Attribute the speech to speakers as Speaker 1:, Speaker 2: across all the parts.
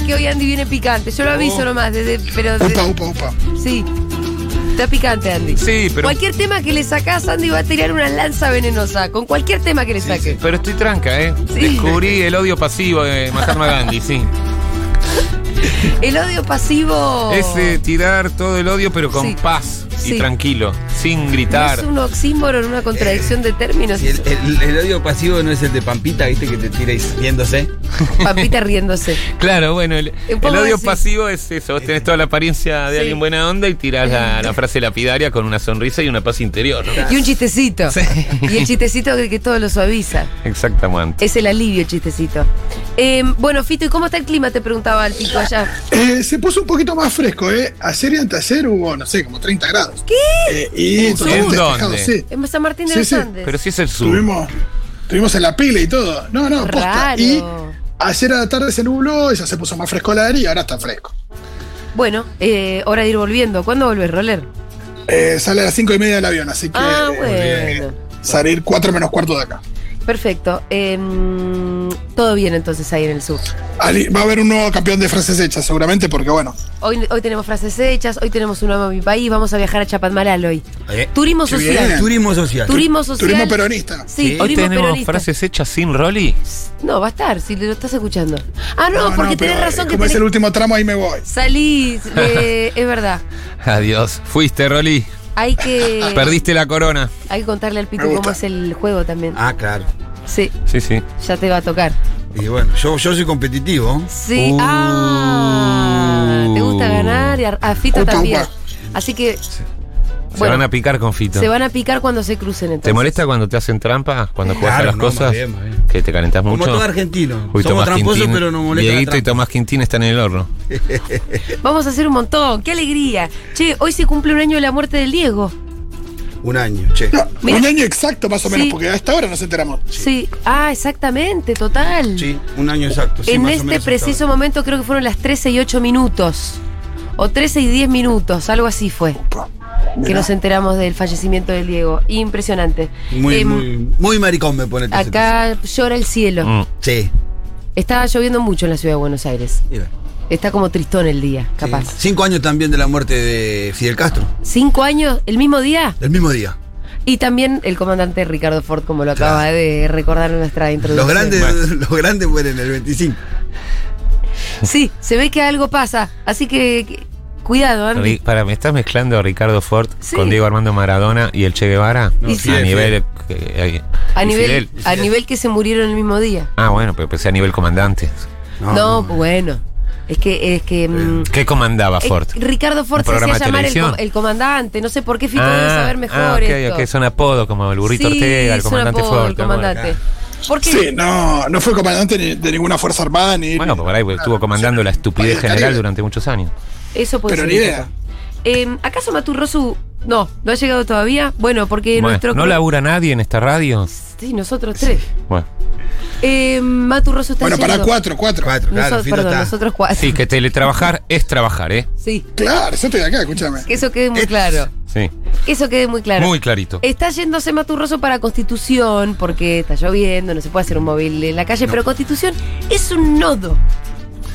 Speaker 1: es picante. Yo lo aviso nomás, desde, pero. de-
Speaker 2: Upa, upa, upa.
Speaker 1: Sí. Está picante, Andy.
Speaker 3: Sí, pero.
Speaker 1: Cualquier tema que le sacás, Andy va a tirar una lanza venenosa. Con cualquier tema que le
Speaker 3: Sí,
Speaker 1: saque.
Speaker 3: sí, pero estoy tranca, ¿eh?
Speaker 1: Sí.
Speaker 3: Descubrí el odio pasivo de Mahatma Gandhi, sí.
Speaker 1: El odio pasivo.
Speaker 3: Es eh, tirar todo el odio, pero con
Speaker 1: Oh. Sí.
Speaker 3: paz y
Speaker 1: Sí.
Speaker 3: tranquilo, sin
Speaker 1: ¿No
Speaker 3: gritar.
Speaker 1: es un oxímoron, una contradicción de términos.
Speaker 4: Si el, el- el odio pasivo no es el de Pampita, viste que te tiráis viéndose.
Speaker 1: Papita riéndose.
Speaker 3: Claro, bueno, el,
Speaker 1: Un poco
Speaker 3: el odio
Speaker 1: así.
Speaker 3: pasivo es eso. Vos tenés toda la apariencia de
Speaker 1: Eh, Sí. Eh.
Speaker 3: alguien buena onda y tirás la, la frase lapidaria con una sonrisa y una paz interior. ¿no?
Speaker 1: Y un chistecito.
Speaker 3: Sí.
Speaker 1: Y el chistecito que, que todo lo suaviza.
Speaker 3: Exactamente.
Speaker 1: Es el alivio el chistecito. Eh, bueno, Fito, ¿y cómo está el clima? Te preguntaba el Fito allá.
Speaker 2: Eh, se puso un poquito más fresco, ¿eh? Ayer y anteayer hubo, no sé, como 30 grados. ¿Qué? y
Speaker 3: ¿En
Speaker 2: totalmente
Speaker 3: dónde?
Speaker 2: despejado, sí.
Speaker 1: En San Martín de
Speaker 2: Sí,
Speaker 1: los
Speaker 2: sí.
Speaker 1: Andes.
Speaker 3: Pero si es el sur.
Speaker 2: Tuvimos, tuvimos en la pila y todo. No, no, posta.
Speaker 1: Raro.
Speaker 2: Y ayer a la tarde se nubló, y ya se puso más fresco el aire y ahora está fresco.
Speaker 1: Bueno, eh, hora de ir volviendo. ¿Cuándo volvés, Roller?
Speaker 2: Eh, sale a las 5 y media del avión, así que.
Speaker 1: Ah,
Speaker 2: eh,
Speaker 1: bueno.
Speaker 2: salir 4 menos cuarto de acá.
Speaker 1: Perfecto. Eh, todo bien entonces ahí en el sur.
Speaker 2: Ali- va a haber un nuevo campeón de frases hechas, seguramente, porque bueno.
Speaker 1: Hoy, hoy tenemos frases hechas, hoy tenemos un amo a mi país, vamos a viajar a Chapadmalal hoy.
Speaker 4: Eh,
Speaker 1: Turismo
Speaker 2: qué
Speaker 1: social.
Speaker 2: bien.
Speaker 4: Turismo social.
Speaker 1: Turismo social.
Speaker 2: Turismo peronista.
Speaker 1: Sí,
Speaker 4: Sí.
Speaker 3: Hoy
Speaker 1: turismo
Speaker 3: tenemos
Speaker 1: peronista.
Speaker 3: frases hechas sin Rolly.
Speaker 1: No, va a estar, si lo estás escuchando. Ah, no,
Speaker 2: No, no,
Speaker 1: porque
Speaker 2: pero,
Speaker 1: tenés
Speaker 2: eh,
Speaker 1: razón que
Speaker 2: Como es
Speaker 1: tenés...
Speaker 2: el último tramo, ahí me voy.
Speaker 1: Salís, eh, es verdad.
Speaker 3: Adiós. Fuiste, Rolly.
Speaker 1: Hay que,
Speaker 3: Perdiste la corona.
Speaker 1: hay que contarle al Pitu
Speaker 2: Me
Speaker 1: cómo
Speaker 2: gusta.
Speaker 1: es el juego también.
Speaker 4: Ah, claro.
Speaker 1: Sí,
Speaker 3: Sí, sí.
Speaker 1: ya te va a tocar.
Speaker 4: Y bueno, yo, yo soy competitivo.
Speaker 1: Sí,
Speaker 3: Uh.
Speaker 1: ah, te gusta ganar y a, a Fito
Speaker 2: Upa,
Speaker 1: también.
Speaker 2: upa.
Speaker 1: Así que
Speaker 3: Se
Speaker 1: Bueno.
Speaker 3: van a picar con Fito.
Speaker 1: se van a picar cuando se crucen entonces.
Speaker 3: ¿Te molesta cuando te hacen trampa? Cuando juegas
Speaker 4: Claro,
Speaker 3: a las
Speaker 4: no, más
Speaker 3: cosas.
Speaker 4: bien, más bien.
Speaker 3: Que te calentás mucho.
Speaker 4: Como todo argentino.
Speaker 3: Uy,
Speaker 4: Somos
Speaker 3: Tomás
Speaker 4: tramposos,
Speaker 3: Quintín-
Speaker 4: pero nos molesta. la
Speaker 3: Dieguito y
Speaker 4: trampa.
Speaker 3: Tomás Quintín están en el horno.
Speaker 1: Vamos a hacer un montón, qué alegría. Che, hoy se cumple un año de la muerte del Diego.
Speaker 4: Un año, che.
Speaker 2: No,
Speaker 1: Mira.
Speaker 2: un año exacto, más o menos,
Speaker 1: Sí.
Speaker 2: porque a esta hora nos enteramos.
Speaker 1: Sí, ah, exactamente, total.
Speaker 4: Sí, un año exacto. sí,
Speaker 1: en
Speaker 4: más o
Speaker 1: este
Speaker 4: menos
Speaker 1: preciso
Speaker 4: estaba.
Speaker 1: momento creo que fueron las 13 y 8 minutos. O 13 y 10 minutos, algo así fue. Que nos enteramos del fallecimiento del Diego. Impresionante.
Speaker 4: Muy,
Speaker 1: Em,
Speaker 4: muy, muy maricón me pone. este
Speaker 1: Acá llora el cielo.
Speaker 3: Mm.
Speaker 4: Sí.
Speaker 1: Está lloviendo mucho en la ciudad de Buenos Aires.
Speaker 4: mira,
Speaker 1: Está como tristón el día,
Speaker 4: sí.
Speaker 1: capaz.
Speaker 4: Cinco años también de la muerte de Fidel Castro.
Speaker 1: Cinco años, el mismo día.
Speaker 4: Del mismo día.
Speaker 1: Y también el comandante Ricardo Ford, como lo acaba de recordar en nuestra
Speaker 4: Los
Speaker 1: introducción.
Speaker 4: grandes, los grandes mueren el 25.
Speaker 1: Sí, se ve que algo pasa. Así que que- cuidado, Andy.
Speaker 3: Ri- Para, ¿me estás mezclando a Ricardo Ford
Speaker 1: Sí.
Speaker 3: con Diego Armando Maradona y el Che Guevara?
Speaker 1: No, Y sí.
Speaker 3: a
Speaker 4: Fidel,
Speaker 3: nivel. eh, eh,
Speaker 1: A
Speaker 3: y
Speaker 1: nivel,
Speaker 3: Fidel.
Speaker 1: a nivel que se murieron el mismo día.
Speaker 3: Ah, bueno, pero pensé a nivel comandante.
Speaker 1: No, bueno. Es que, es que. mm,
Speaker 3: ¿Qué comandaba
Speaker 1: eh,
Speaker 3: Ford?
Speaker 1: Ricardo Ford se hacía
Speaker 3: programa de
Speaker 1: llamar el,
Speaker 3: televisión?
Speaker 1: com- el comandante. No sé por qué Fito debe saber mejor
Speaker 3: ah, ok,
Speaker 1: esto.
Speaker 3: ok, son apodos como el burrito
Speaker 1: Sí,
Speaker 3: Ortega, el
Speaker 1: es un
Speaker 3: comandante
Speaker 1: apodo,
Speaker 3: Ford.
Speaker 1: El
Speaker 3: ¿no?
Speaker 1: comandante. ¿Por qué?
Speaker 2: Sí, no, no fue comandante ni- de ninguna fuerza armada ni.
Speaker 3: Bueno, por ahí pues, estuvo comandando la estupidez
Speaker 2: Oye, Caribe.
Speaker 3: general durante muchos años.
Speaker 1: Eso puede
Speaker 2: Pero
Speaker 1: ser.
Speaker 2: ni
Speaker 1: un
Speaker 2: idea.
Speaker 1: poco. Eh, ¿Acaso Maturrosu? No, no ha llegado todavía. Bueno, porque
Speaker 3: Bueno,
Speaker 1: nuestro.
Speaker 3: ¿No labura nadie en esta radio?
Speaker 1: Sí, nosotros tres.
Speaker 3: Bueno.
Speaker 1: Eh, Maturrosu está
Speaker 2: Bueno, para
Speaker 1: yendo.
Speaker 2: cuatro, cuatro.
Speaker 4: Cuatro, claro,
Speaker 1: Nosotros-
Speaker 4: Fito
Speaker 1: perdón,
Speaker 4: está.
Speaker 1: nosotros cuatro.
Speaker 3: Sí, que teletrabajar es trabajar, ¿eh?
Speaker 1: Sí,
Speaker 2: Claro, yo estoy acá, escúchame.
Speaker 1: que eso quede muy claro.
Speaker 3: Sí.
Speaker 1: Que Eso quede muy claro.
Speaker 3: Muy clarito.
Speaker 1: Está yéndose Maturroso para Constitución, porque está lloviendo, no se puede hacer un móvil en la calle, pero Constitución es un nodo.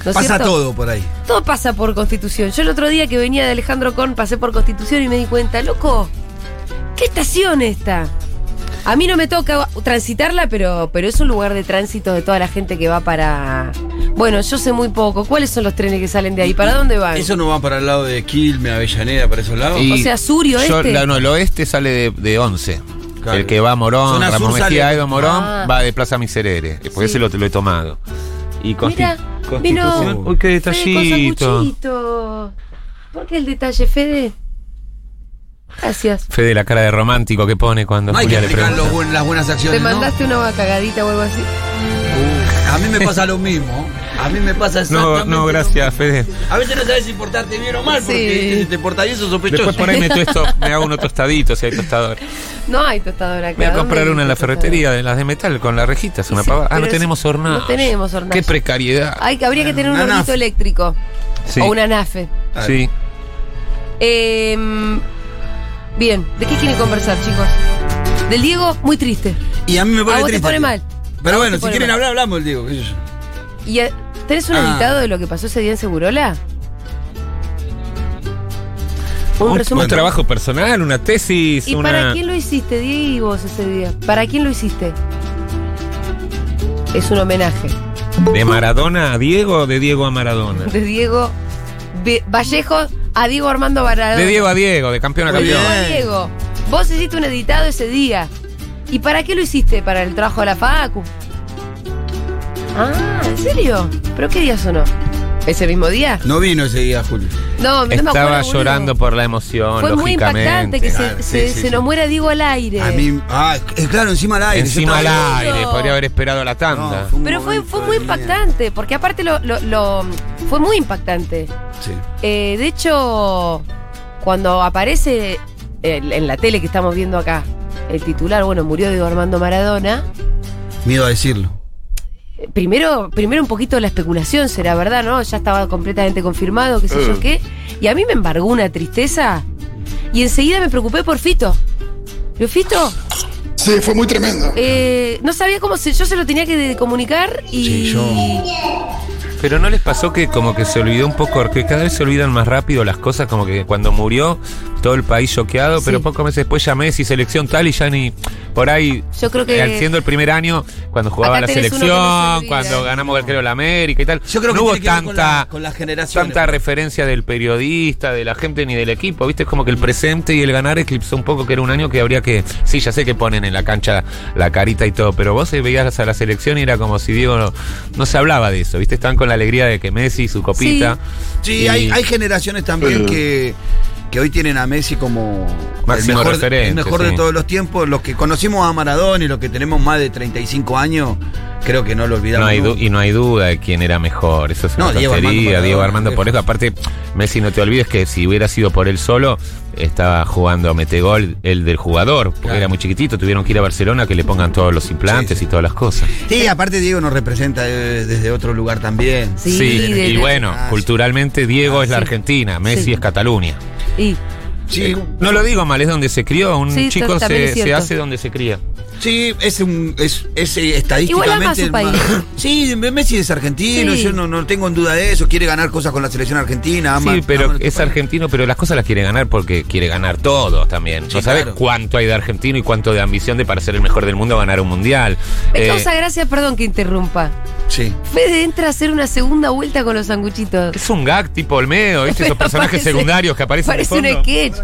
Speaker 1: ¿no es
Speaker 4: Pasa
Speaker 1: cierto?
Speaker 4: todo por ahí.
Speaker 1: Todo pasa por Constitución. Yo el otro día que venía de Alejandro Con pasé por Constitución y me di cuenta, loco, ¿qué estación esta? A mí no me toca transitarla, pero, pero es un lugar de tránsito de toda la gente que va para... Bueno, yo sé muy poco. ¿Cuáles son los trenes que salen de ahí? ¿Para dónde van?
Speaker 4: ¿Eso no va para el lado de Quilme, Avellaneda, para esos lados?
Speaker 3: Y
Speaker 1: O sea, este. sur y
Speaker 3: yo-
Speaker 1: oeste.
Speaker 3: la- no, el oeste sale de, de 11.
Speaker 4: Claro.
Speaker 3: El que va a Morón,
Speaker 4: Zona
Speaker 3: Ramón
Speaker 4: sur sale-
Speaker 3: Mejía, Edo Morón,
Speaker 1: Ah.
Speaker 3: va de Plaza Miserere. Después
Speaker 1: Sí.
Speaker 3: ese lo, lo he tomado. Y consti-
Speaker 1: Mira,
Speaker 3: Constitución.
Speaker 1: vino.
Speaker 3: Uy, qué
Speaker 1: Fede con
Speaker 3: detallito.
Speaker 1: sanguchito. ¿Por qué el detalle, Fede? Gracias.
Speaker 3: Fede, la cara de romántico que pone cuando
Speaker 4: No hay que
Speaker 3: Julia le
Speaker 4: explicar
Speaker 3: pregunta.
Speaker 4: los buen- las buenas
Speaker 1: Te
Speaker 4: acciones. ¿no?
Speaker 1: mandaste una vaca cagadita o algo así.
Speaker 4: A mí me pasa lo mismo. A mí me pasa
Speaker 3: No,
Speaker 4: exactamente.
Speaker 3: no,
Speaker 4: lo
Speaker 3: gracias, Fede.
Speaker 4: mismo. A veces no sabes si portarte bien o mal, porque
Speaker 1: Sí.
Speaker 4: si te portás bien sos sospechoso.
Speaker 3: Después por ahí meto esto, me hago uno tostadito si hay tostador.
Speaker 1: No hay tostadora acá.
Speaker 3: Me voy a
Speaker 1: ¿Dónde
Speaker 3: comprar
Speaker 1: hay
Speaker 3: una en la
Speaker 1: tostadora?
Speaker 3: ferretería, de las de metal, con las rejitas, una
Speaker 1: Sí,
Speaker 3: pavada. Ah, no
Speaker 1: pero es-
Speaker 3: tenemos hornalla.
Speaker 1: no tenemos hornalla.
Speaker 3: Qué precariedad.
Speaker 1: Hay que, habría que tener un
Speaker 4: Una
Speaker 1: hornito
Speaker 4: nafe.
Speaker 1: eléctrico.
Speaker 3: Sí.
Speaker 1: O una nafe.
Speaker 3: Sí.
Speaker 1: Em, bien, ¿de qué quieren conversar, chicos? Del Diego, muy triste.
Speaker 4: Y a mí me
Speaker 1: A
Speaker 4: pone
Speaker 1: vos te
Speaker 4: triste.
Speaker 1: pone mal. A
Speaker 4: Pero
Speaker 1: vos
Speaker 4: bueno,
Speaker 1: te
Speaker 4: si
Speaker 1: pone
Speaker 4: quieren
Speaker 1: mal.
Speaker 4: hablar, hablamos, digo. qué sé yo.
Speaker 1: Y eh, ¿Tenés un
Speaker 4: Ah.
Speaker 1: editado de lo que pasó ese día en Segurola?
Speaker 3: Un,
Speaker 1: Un
Speaker 3: un
Speaker 1: resumen.
Speaker 3: trabajo personal, una tesis,
Speaker 1: ¿Y
Speaker 3: una.
Speaker 1: para quién lo hiciste, Diego, y vos ese día? ¿Para quién lo hiciste? Es un homenaje
Speaker 3: ¿De Maradona a Diego o de Diego a Maradona?
Speaker 1: de Diego Ve- Vallejo a Diego Armando Maradona.
Speaker 3: De Diego a Diego, de campeón a
Speaker 1: De Diego
Speaker 3: campeón.
Speaker 1: a Diego. Vos hiciste un editado ese día. ¿Y para qué lo hiciste? ¿Para el trabajo de la Facu? Ah, ¿en serio? ¿Pero qué día sonó? ¿Ese mismo día?
Speaker 4: No vino ese día, Julio.
Speaker 1: No, no me acuerdo.
Speaker 3: Estaba
Speaker 1: boludo.
Speaker 3: llorando por la emoción,
Speaker 1: Fue muy
Speaker 3: lógicamente.
Speaker 1: impactante que
Speaker 4: Claro,
Speaker 1: se,
Speaker 4: sí,
Speaker 1: se-
Speaker 4: sí,
Speaker 1: se
Speaker 4: sí.
Speaker 1: nos muera Diego al aire.
Speaker 4: A mí. Ah, eh, claro, encima al aire.
Speaker 3: Encima al
Speaker 4: Yo estaba-
Speaker 3: aire, podría haber esperado la tanda.
Speaker 4: No, fue un
Speaker 1: Pero fue,
Speaker 4: momento
Speaker 1: fue muy
Speaker 4: de mierda.
Speaker 1: impactante, porque aparte lo, lo- lo- fue muy impactante.
Speaker 4: Sí.
Speaker 1: Eh, de hecho, cuando aparece el- en la tele que estamos viendo acá el titular, bueno, murió Diego Armando Maradona.
Speaker 4: Miedo a decirlo.
Speaker 1: eh, Primero, primero un poquito la especulación, será verdad, ¿no? Ya estaba completamente confirmado, qué sé
Speaker 3: Mm.
Speaker 1: yo qué. Y a mí me embargó una tristeza. Y enseguida me preocupé por Fito. Yo, Fito,
Speaker 2: Sí, fue muy tremendo.
Speaker 1: eh, no sabía cómo se. Yo se lo tenía que de- comunicar y.
Speaker 4: Sí, yo-
Speaker 3: Pero ¿no les pasó que como que se olvidó un poco, que cada vez se olvidan más rápido las cosas, como que cuando murió todo el país choqueado,
Speaker 1: Sí.
Speaker 3: pero pocos meses después ya Messi, selección tal y ya ni por ahí,
Speaker 1: Yo creo que-
Speaker 3: eh, siendo el primer año, cuando jugaba
Speaker 1: Acá
Speaker 3: la
Speaker 1: tenés uno que
Speaker 3: selección,
Speaker 1: no se olvida.
Speaker 3: cuando ganamos el creo la América y tal,
Speaker 4: Yo creo
Speaker 3: no
Speaker 4: que
Speaker 3: hubo
Speaker 4: tiene que ver
Speaker 3: tanta,
Speaker 4: con la- con las generaciones.
Speaker 3: tanta referencia del periodista, de la gente ni del equipo, viste, es como que el presente y el ganar eclipsó un poco que era un año que habría que, sí, ya sé que ponen en la cancha la carita y todo, pero vos eh, veías a la selección y era como si Diego no, no se hablaba de eso, viste, estaban con la alegría de que Messi, su copita,
Speaker 4: Sí,
Speaker 3: Y-
Speaker 4: hay, hay generaciones también
Speaker 2: Ujú.
Speaker 4: que, que hoy tienen a Messi como el
Speaker 3: Máximo
Speaker 4: mejor,
Speaker 3: referente,
Speaker 4: el mejor de
Speaker 3: sí.
Speaker 4: todos los tiempos. Los que conocimos a Maradona y los que tenemos más de 35 años, creo que no lo olvidamos.
Speaker 3: no hay du-
Speaker 4: nunca.
Speaker 3: y no hay duda de quién era mejor, eso es una
Speaker 4: No, Diego
Speaker 3: tontería,
Speaker 4: Armando Maradona,
Speaker 3: Diego Armando, por
Speaker 4: viejo.
Speaker 3: eso, aparte Messi no te olvides que si hubiera sido por él solo, estaba jugando a metegol el del jugador, porque
Speaker 4: Claro.
Speaker 3: era muy chiquitito, tuvieron que ir a Barcelona que le pongan todos los implantes
Speaker 4: Sí, sí.
Speaker 3: y todas las cosas.
Speaker 4: Sí, aparte Diego nos representa eh, desde otro lugar también.
Speaker 1: Sí,
Speaker 3: Sí,
Speaker 1: de-
Speaker 3: y
Speaker 1: de-
Speaker 3: bueno,
Speaker 4: Ah, sí.
Speaker 3: culturalmente Diego es la
Speaker 1: sí.
Speaker 3: Argentina, Messi
Speaker 1: Sí.
Speaker 3: es Cataluña. Eh,
Speaker 1: y
Speaker 4: Sí,
Speaker 3: No lo digo mal, es donde se crió, un
Speaker 1: Sí,
Speaker 3: chico
Speaker 1: ta- también es
Speaker 3: se, se
Speaker 1: cierto.
Speaker 3: hace donde se cría.
Speaker 4: sí, es un es, es, eh, estadísticamente
Speaker 1: Igual ama a su
Speaker 4: el
Speaker 1: país.
Speaker 4: más- Sí, Messi es argentino,
Speaker 1: Sí.
Speaker 4: yo no, no tengo en duda de eso, quiere ganar cosas con la selección argentina, ama-
Speaker 3: sí,
Speaker 4: ama
Speaker 3: pero
Speaker 4: a nuestro
Speaker 3: es
Speaker 4: país.
Speaker 3: argentino, pero las cosas las quiere ganar porque quiere ganar todo también.
Speaker 4: Sí,
Speaker 3: no sabes
Speaker 4: claro.
Speaker 3: cuánto hay de argentino y cuánto de ambición de para ser el mejor del mundo ganar un mundial.
Speaker 1: Me
Speaker 3: Eh,
Speaker 1: causa gracia, perdón que interrumpa.
Speaker 4: Sí.
Speaker 1: Fede entra a hacer una segunda vuelta con los sanguchitos.
Speaker 3: es un gag tipo Olmedo, ¿viste?
Speaker 1: Pero
Speaker 3: esos personajes
Speaker 1: parece-
Speaker 3: secundarios que aparecen. de
Speaker 1: Parece un
Speaker 3: fondo.
Speaker 1: sketch.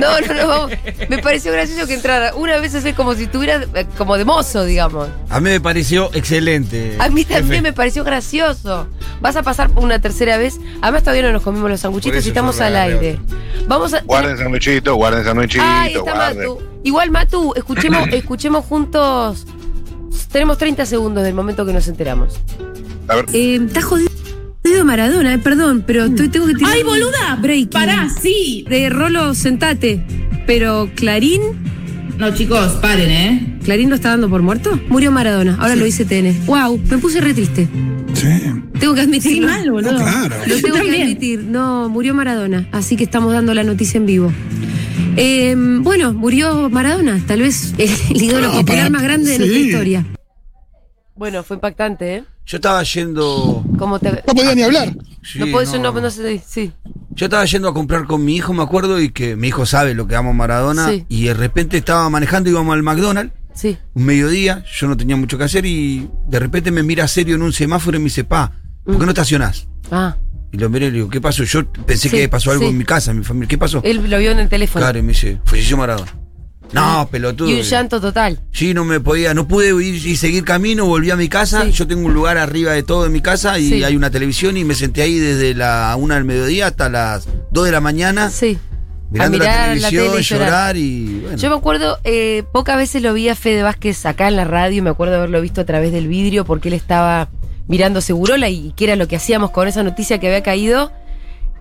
Speaker 1: No, no, no. vamos. Me pareció gracioso que entrara. Una vez hacer como si estuviera eh, como de mozo, digamos.
Speaker 4: A mí me pareció excelente.
Speaker 1: A mí también me pareció gracioso. Vas a pasar una tercera vez. Además, todavía no nos comimos los
Speaker 4: Por
Speaker 1: sanguchitos
Speaker 4: eso
Speaker 1: y estamos
Speaker 4: yo no
Speaker 1: al
Speaker 4: me agarré
Speaker 1: aire. Vamos a.
Speaker 5: Guarden sandwichito, guarden sandwichito,
Speaker 1: Ahí está
Speaker 5: guarden.
Speaker 1: Matu. Igual, Matu, escuchemos, escuchemos juntos. Tenemos 30 segundos del momento que nos enteramos.
Speaker 5: A ver,
Speaker 6: Eh, está jodido Maradona, eh, perdón, pero estoy- tengo que tirar. ¡Ay, boluda! Break.
Speaker 7: Pará, sí.
Speaker 6: De Rolo, sentate. Pero Clarín,
Speaker 7: No, chicos, paren, ¿eh?
Speaker 6: Clarín lo está dando por muerto. Murió Maradona, ahora lo dice TN. Wow, me puse re triste.
Speaker 2: Sí,
Speaker 6: Tengo que admitirlo.
Speaker 7: boludo.
Speaker 2: claro.
Speaker 6: Lo tengo que
Speaker 7: También.
Speaker 6: admitir. No, murió Maradona, así que estamos dando la noticia en vivo. Eh, bueno, murió Maradona, tal vez el, el ídolo
Speaker 2: No,
Speaker 6: popular
Speaker 2: para-
Speaker 6: más grande de
Speaker 2: sí.
Speaker 6: nuestra historia.
Speaker 1: Bueno, fue impactante, ¿eh?
Speaker 4: Yo estaba yendo.
Speaker 1: Como te.
Speaker 2: No podía ni hablar.
Speaker 4: Sí,
Speaker 1: no puedo, yo no,
Speaker 4: no.
Speaker 1: no sé, sí.
Speaker 4: Yo estaba yendo a comprar con mi hijo, me acuerdo, y que mi hijo sabe lo que amo a Maradona.
Speaker 1: Sí.
Speaker 4: Y de repente estaba manejando, íbamos al McDonald's,
Speaker 1: Sí.
Speaker 4: un mediodía, yo no tenía mucho que hacer, y de repente me mira serio en un semáforo y me dice, pa, ¿por qué no estacionás?
Speaker 1: Ah,
Speaker 4: Y lo miré y le digo, ¿qué pasó? Yo pensé
Speaker 1: Sí,
Speaker 4: que pasó algo
Speaker 1: sí. Eh,
Speaker 4: en mi casa, en mi familia. ¿Qué pasó?
Speaker 1: él lo vio en el teléfono.
Speaker 4: Claro, y me dice, falleció Maradona. No, pelotudo.
Speaker 1: y
Speaker 4: le
Speaker 1: un
Speaker 4: digo.
Speaker 1: llanto total.
Speaker 4: Sí, no me podía, no pude ir y seguir camino, volví a mi casa,
Speaker 1: Sí.
Speaker 4: yo tengo un lugar arriba de todo en mi casa y
Speaker 1: Sí.
Speaker 4: hay una televisión y me senté ahí desde la una del mediodía hasta las 2 de la mañana,
Speaker 1: Sí.
Speaker 4: mirando
Speaker 1: a mirar
Speaker 4: la televisión,
Speaker 1: tele y llorar.
Speaker 4: llorar. y bueno.
Speaker 1: Yo me acuerdo, eh, pocas veces lo vi a Fede Vázquez acá en la radio y me acuerdo haberlo visto a través del vidrio porque él estaba mirando Segurola y que era lo que hacíamos con esa noticia que había caído.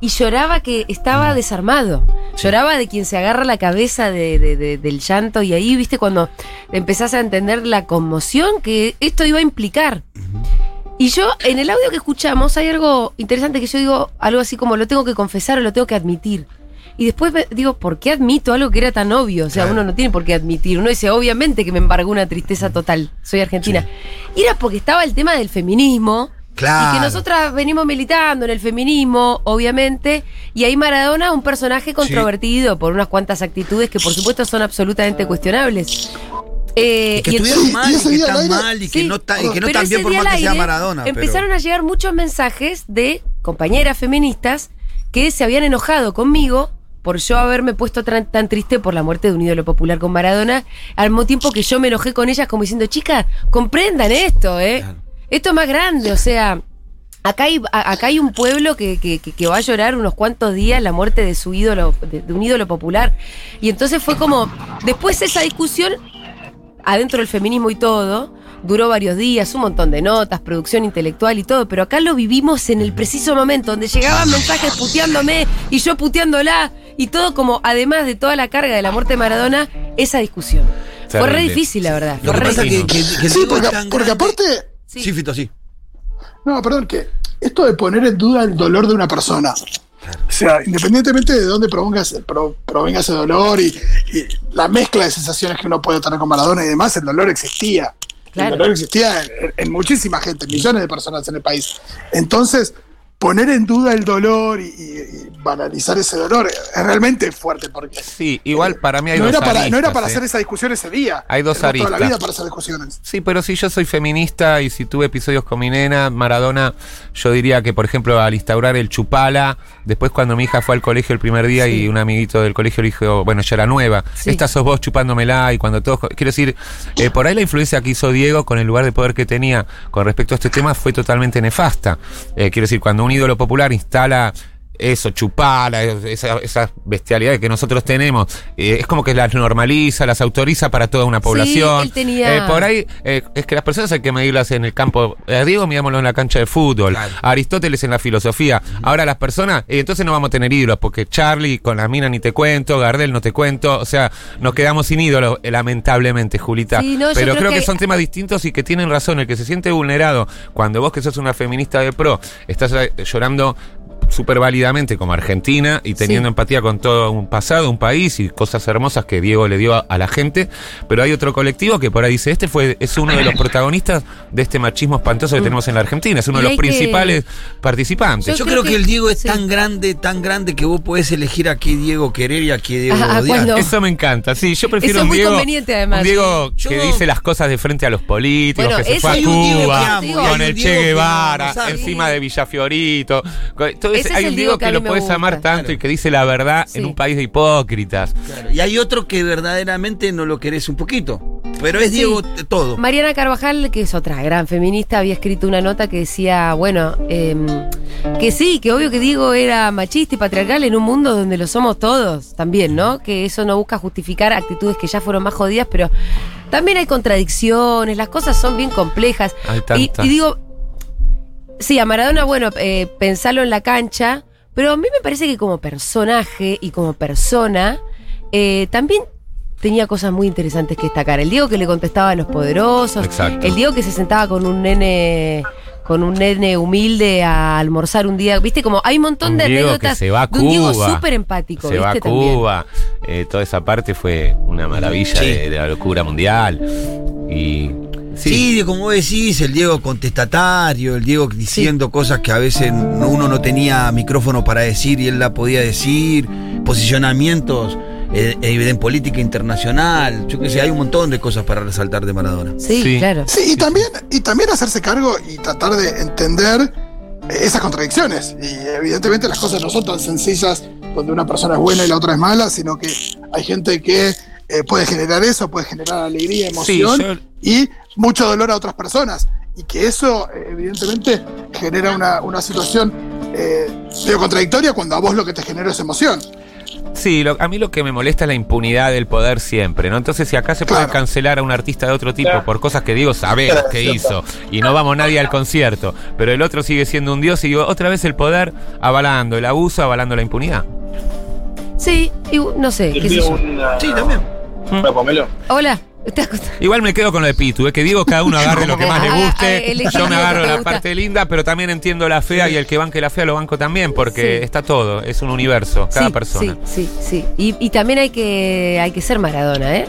Speaker 1: Y lloraba que estaba desarmado. Lloraba de quien se agarra la cabeza de- de- de- del llanto. Y ahí, viste, cuando empezás a entender la conmoción que esto iba a implicar. Y yo, en el audio que escuchamos, hay algo interesante que yo digo, algo así como lo tengo que confesar o lo tengo que admitir. Y después me digo, ¿por qué admito algo que era tan obvio? O sea,
Speaker 4: Claro.
Speaker 1: uno no tiene por qué admitir. Uno dice, obviamente que me embargó una tristeza total. Soy argentina. Y era porque estaba el tema del feminismo,
Speaker 4: Claro.
Speaker 1: Y que nosotras venimos militando en el feminismo, obviamente, y ahí Maradona, un personaje controvertido por unas cuantas actitudes que por supuesto son absolutamente cuestionables. Eh,
Speaker 4: Y que
Speaker 1: y
Speaker 4: estuvieron
Speaker 1: entonces-
Speaker 4: mal,
Speaker 2: y
Speaker 4: y
Speaker 2: ese
Speaker 4: que
Speaker 2: día al
Speaker 4: están
Speaker 2: aire-
Speaker 4: mal, y que
Speaker 1: Sí.
Speaker 4: no, está- y que no
Speaker 1: Pero
Speaker 4: están
Speaker 1: ese
Speaker 4: bien por
Speaker 1: día
Speaker 4: más
Speaker 1: al
Speaker 4: que sea
Speaker 1: aire
Speaker 4: Maradona. pero-
Speaker 1: Empezaron a llegar muchos mensajes de compañeras feministas que se habían enojado conmigo por yo haberme puesto tan, tan triste por la muerte de un ídolo popular con Maradona, al mismo tiempo que yo me enojé con ellas como diciendo, chicas, comprendan esto, ¿eh?
Speaker 4: Claro.
Speaker 1: Esto es más grande, o sea, acá hay, a- acá hay un pueblo que, que- que- que va a llorar unos cuantos días la muerte de su ídolo, de- de un ídolo popular. Y entonces fue como, después esa discusión adentro del feminismo y todo. Duró varios días, un montón de notas, producción intelectual y todo, pero acá lo vivimos en el preciso momento, donde llegaban mensajes puteándome y yo puteándola y todo como, además de toda la carga de la muerte de Maradona, esa discusión. Fue re
Speaker 3: Terrible.
Speaker 1: difícil, la verdad.
Speaker 4: Lo
Speaker 1: fue
Speaker 4: que
Speaker 1: re
Speaker 4: pasa es que,
Speaker 1: difícil.
Speaker 4: que- que el Diego
Speaker 2: Sí,
Speaker 4: es
Speaker 2: porque,
Speaker 4: tan
Speaker 2: porque
Speaker 4: grande-
Speaker 2: aparte.
Speaker 1: Sí.
Speaker 4: Sí, Fito, sí.
Speaker 2: No, perdón, que esto de poner en duda el dolor de una persona. O sea, independientemente de dónde provenga, ese- pro- provenga ese dolor y, y la mezcla de sensaciones que uno puede tener con Maradona y demás, el dolor existía.
Speaker 1: Claro.
Speaker 2: El dolor existía en, en muchísima gente, millones de personas en el país. Entonces, poner en duda el dolor y, y- y banalizar ese dolor es realmente fuerte porque
Speaker 3: Sí, igual para mí hay
Speaker 2: no,
Speaker 3: dos
Speaker 2: era para, no era
Speaker 3: aristas,
Speaker 2: para
Speaker 3: ¿eh?
Speaker 2: hacer esa discusión ese día.
Speaker 3: Hay dos
Speaker 2: Tenemos toda la
Speaker 3: aristas.
Speaker 2: vida para hacer discusiones.
Speaker 3: Sí, pero si yo soy feminista y si tuve episodios con mi nena, Maradona, yo diría que, por ejemplo, al instaurar el chupala, después cuando mi hija fue al colegio el primer día y un amiguito del colegio le dijo, bueno, ya era nueva,
Speaker 1: Sí.
Speaker 3: esta sos vos chupándomela y cuando todos... co- Quiero decir, eh, por ahí la influencia que hizo Diego con el lugar de poder que tenía con respecto a este tema fue totalmente nefasta. Eh, quiero decir, cuando un ídolo popular instala... Eso, chupala, esa- esas bestialidades que nosotros tenemos, eh, es como que las normaliza, las autoriza para toda una población.
Speaker 1: él tenía-
Speaker 3: Eh, por ahí ahí, eh, es que las personas hay que medirlas en el campo. A Diego midámoslo en la cancha de fútbol, a Aristóteles en la filosofía. Ahora las personas, eh, entonces no vamos a tener ídolos, porque Charlie con las minas ni te cuento, Gardel no te cuento, o sea, nos quedamos sin ídolos, eh, lamentablemente, Julita.
Speaker 1: Sí, no, yo
Speaker 3: Pero
Speaker 1: creo
Speaker 3: creo,
Speaker 1: que
Speaker 3: que,
Speaker 1: hay-
Speaker 3: son temas distintos y que tienen razón. El que se siente vulnerado, cuando vos que sos una feminista de pro, estás eh, llorando súper válidamente como Argentina y teniendo
Speaker 1: Sí.
Speaker 3: empatía con todo un pasado, un país y cosas hermosas que Diego le dio a, a la gente, pero hay otro colectivo que por ahí dice, este fue es uno de los protagonistas de este machismo espantoso que tenemos en la Argentina, es uno
Speaker 1: Mm. Y
Speaker 3: de los
Speaker 1: hay que-
Speaker 3: principales
Speaker 1: Yo
Speaker 3: participantes.
Speaker 1: creo
Speaker 4: Yo creo
Speaker 1: que-
Speaker 4: que el Diego es
Speaker 1: sí.
Speaker 4: tan grande, tan grande que vos podés elegir a qué Diego querer y a qué Diego
Speaker 1: Ah,
Speaker 4: odiar.
Speaker 1: cuando-
Speaker 3: Eso me encanta, sí, yo
Speaker 1: Eso
Speaker 3: prefiero
Speaker 1: es
Speaker 3: un
Speaker 1: muy
Speaker 3: Diego,
Speaker 1: conveniente, además.
Speaker 3: un Diego
Speaker 4: Yo-
Speaker 3: que dice las cosas de frente a los políticos,
Speaker 1: Bueno,
Speaker 3: que se
Speaker 1: eso
Speaker 3: fue a
Speaker 1: hay un Diego que
Speaker 3: Cuba,
Speaker 1: amo, y hay
Speaker 3: con
Speaker 1: un
Speaker 3: el
Speaker 4: Diego
Speaker 3: Che
Speaker 4: que
Speaker 3: Guevara,
Speaker 4: amo, ¿sabes?
Speaker 3: encima de Villafiorito. con- todo
Speaker 1: Ese
Speaker 3: ese-
Speaker 1: es
Speaker 3: hay
Speaker 1: el
Speaker 3: un
Speaker 1: Diego
Speaker 3: Diego
Speaker 1: que
Speaker 3: que,
Speaker 1: a mí
Speaker 3: lo
Speaker 1: me
Speaker 3: puedes
Speaker 1: gusta.
Speaker 3: amar tanto
Speaker 4: Claro.
Speaker 3: y que dice la verdad
Speaker 1: Sí.
Speaker 3: en un país de hipócritas.
Speaker 4: Claro, Y hay otro que verdaderamente no lo querés un poquito. Pero es
Speaker 1: Sí.
Speaker 4: Diego t- todo.
Speaker 1: Mariana Carvajal, que es otra gran feminista, había escrito una nota que decía, bueno, em, que sí, que obvio que Diego era machista y patriarcal en un mundo donde lo somos todos también, ¿no? Que eso no busca justificar actitudes que ya fueron más jodidas, pero también hay contradicciones, las cosas son bien complejas.
Speaker 3: Hay
Speaker 1: y,
Speaker 3: tantas.
Speaker 1: y digo, sí, a Maradona, bueno, eh, pensarlo en la cancha, pero a mí me parece que como personaje y como persona, eh, también tenía cosas muy interesantes que destacar. El Diego que le contestaba a los poderosos,
Speaker 3: Exacto.
Speaker 1: el Diego que se sentaba con un nene con un nene humilde a almorzar un día, viste como hay un montón
Speaker 3: Un
Speaker 1: de
Speaker 3: Diego
Speaker 1: anécdotas
Speaker 3: que se va a
Speaker 1: de un Diego
Speaker 3: Cuba.
Speaker 1: súper empático,
Speaker 3: Se va a
Speaker 1: viste también.
Speaker 3: Cuba. Eh, toda esa parte fue una maravilla
Speaker 4: Sí.
Speaker 3: de, de la locura mundial. Y.
Speaker 4: Sí. Diego, como vos decís, el Diego contestatario, el Diego diciendo cosas que a veces no- uno no tenía micrófono para decir y él la podía decir, posicionamientos eh, eh, en política internacional, yo qué sé, hay un montón de cosas para resaltar de Maradona.
Speaker 1: Sí,
Speaker 3: Sí.
Speaker 1: claro.
Speaker 2: Sí, y también, y también hacerse cargo y tratar de entender eh, esas contradicciones. Y evidentemente las cosas no son tan sencillas donde una persona es buena y la otra es mala, sino que hay gente que eh, puede generar eso, puede generar alegría,
Speaker 3: Sí,
Speaker 2: emoción
Speaker 3: yo-
Speaker 2: y mucho dolor a otras personas. Y que eso, eh, evidentemente, genera una, una situación eh, medio contradictoria cuando a vos lo que te genera es emoción.
Speaker 3: Sí, lo- a mí lo que me molesta es la impunidad del poder siempre, ¿no? Entonces, si acá se puede
Speaker 2: Claro.
Speaker 3: cancelar a un artista de otro tipo por cosas que digo, sabemos que hizo, y no vamos nadie al concierto, pero el otro sigue siendo un dios y digo, otra vez el poder avalando el abuso, avalando la impunidad.
Speaker 1: Sí, y, no sé, qué sé yo.
Speaker 4: Sí, también.
Speaker 5: Una pomelo.
Speaker 1: Hola, ¿te das cuenta?
Speaker 3: Igual me quedo con lo de Pitu, es que digo cada uno agarre lo que más le
Speaker 1: Ah, ah,
Speaker 3: guste.
Speaker 1: elegí
Speaker 3: Yo
Speaker 1: lo que
Speaker 3: me
Speaker 1: te
Speaker 3: agarro la
Speaker 1: gusta.
Speaker 3: parte linda, pero también entiendo la fea y el que banque la fea lo banco también, porque
Speaker 1: Sí.
Speaker 3: está todo, es un universo, cada
Speaker 1: sí,
Speaker 3: persona.
Speaker 1: Sí, sí, sí. Y, y también hay que, hay que ser Maradona, ¿eh?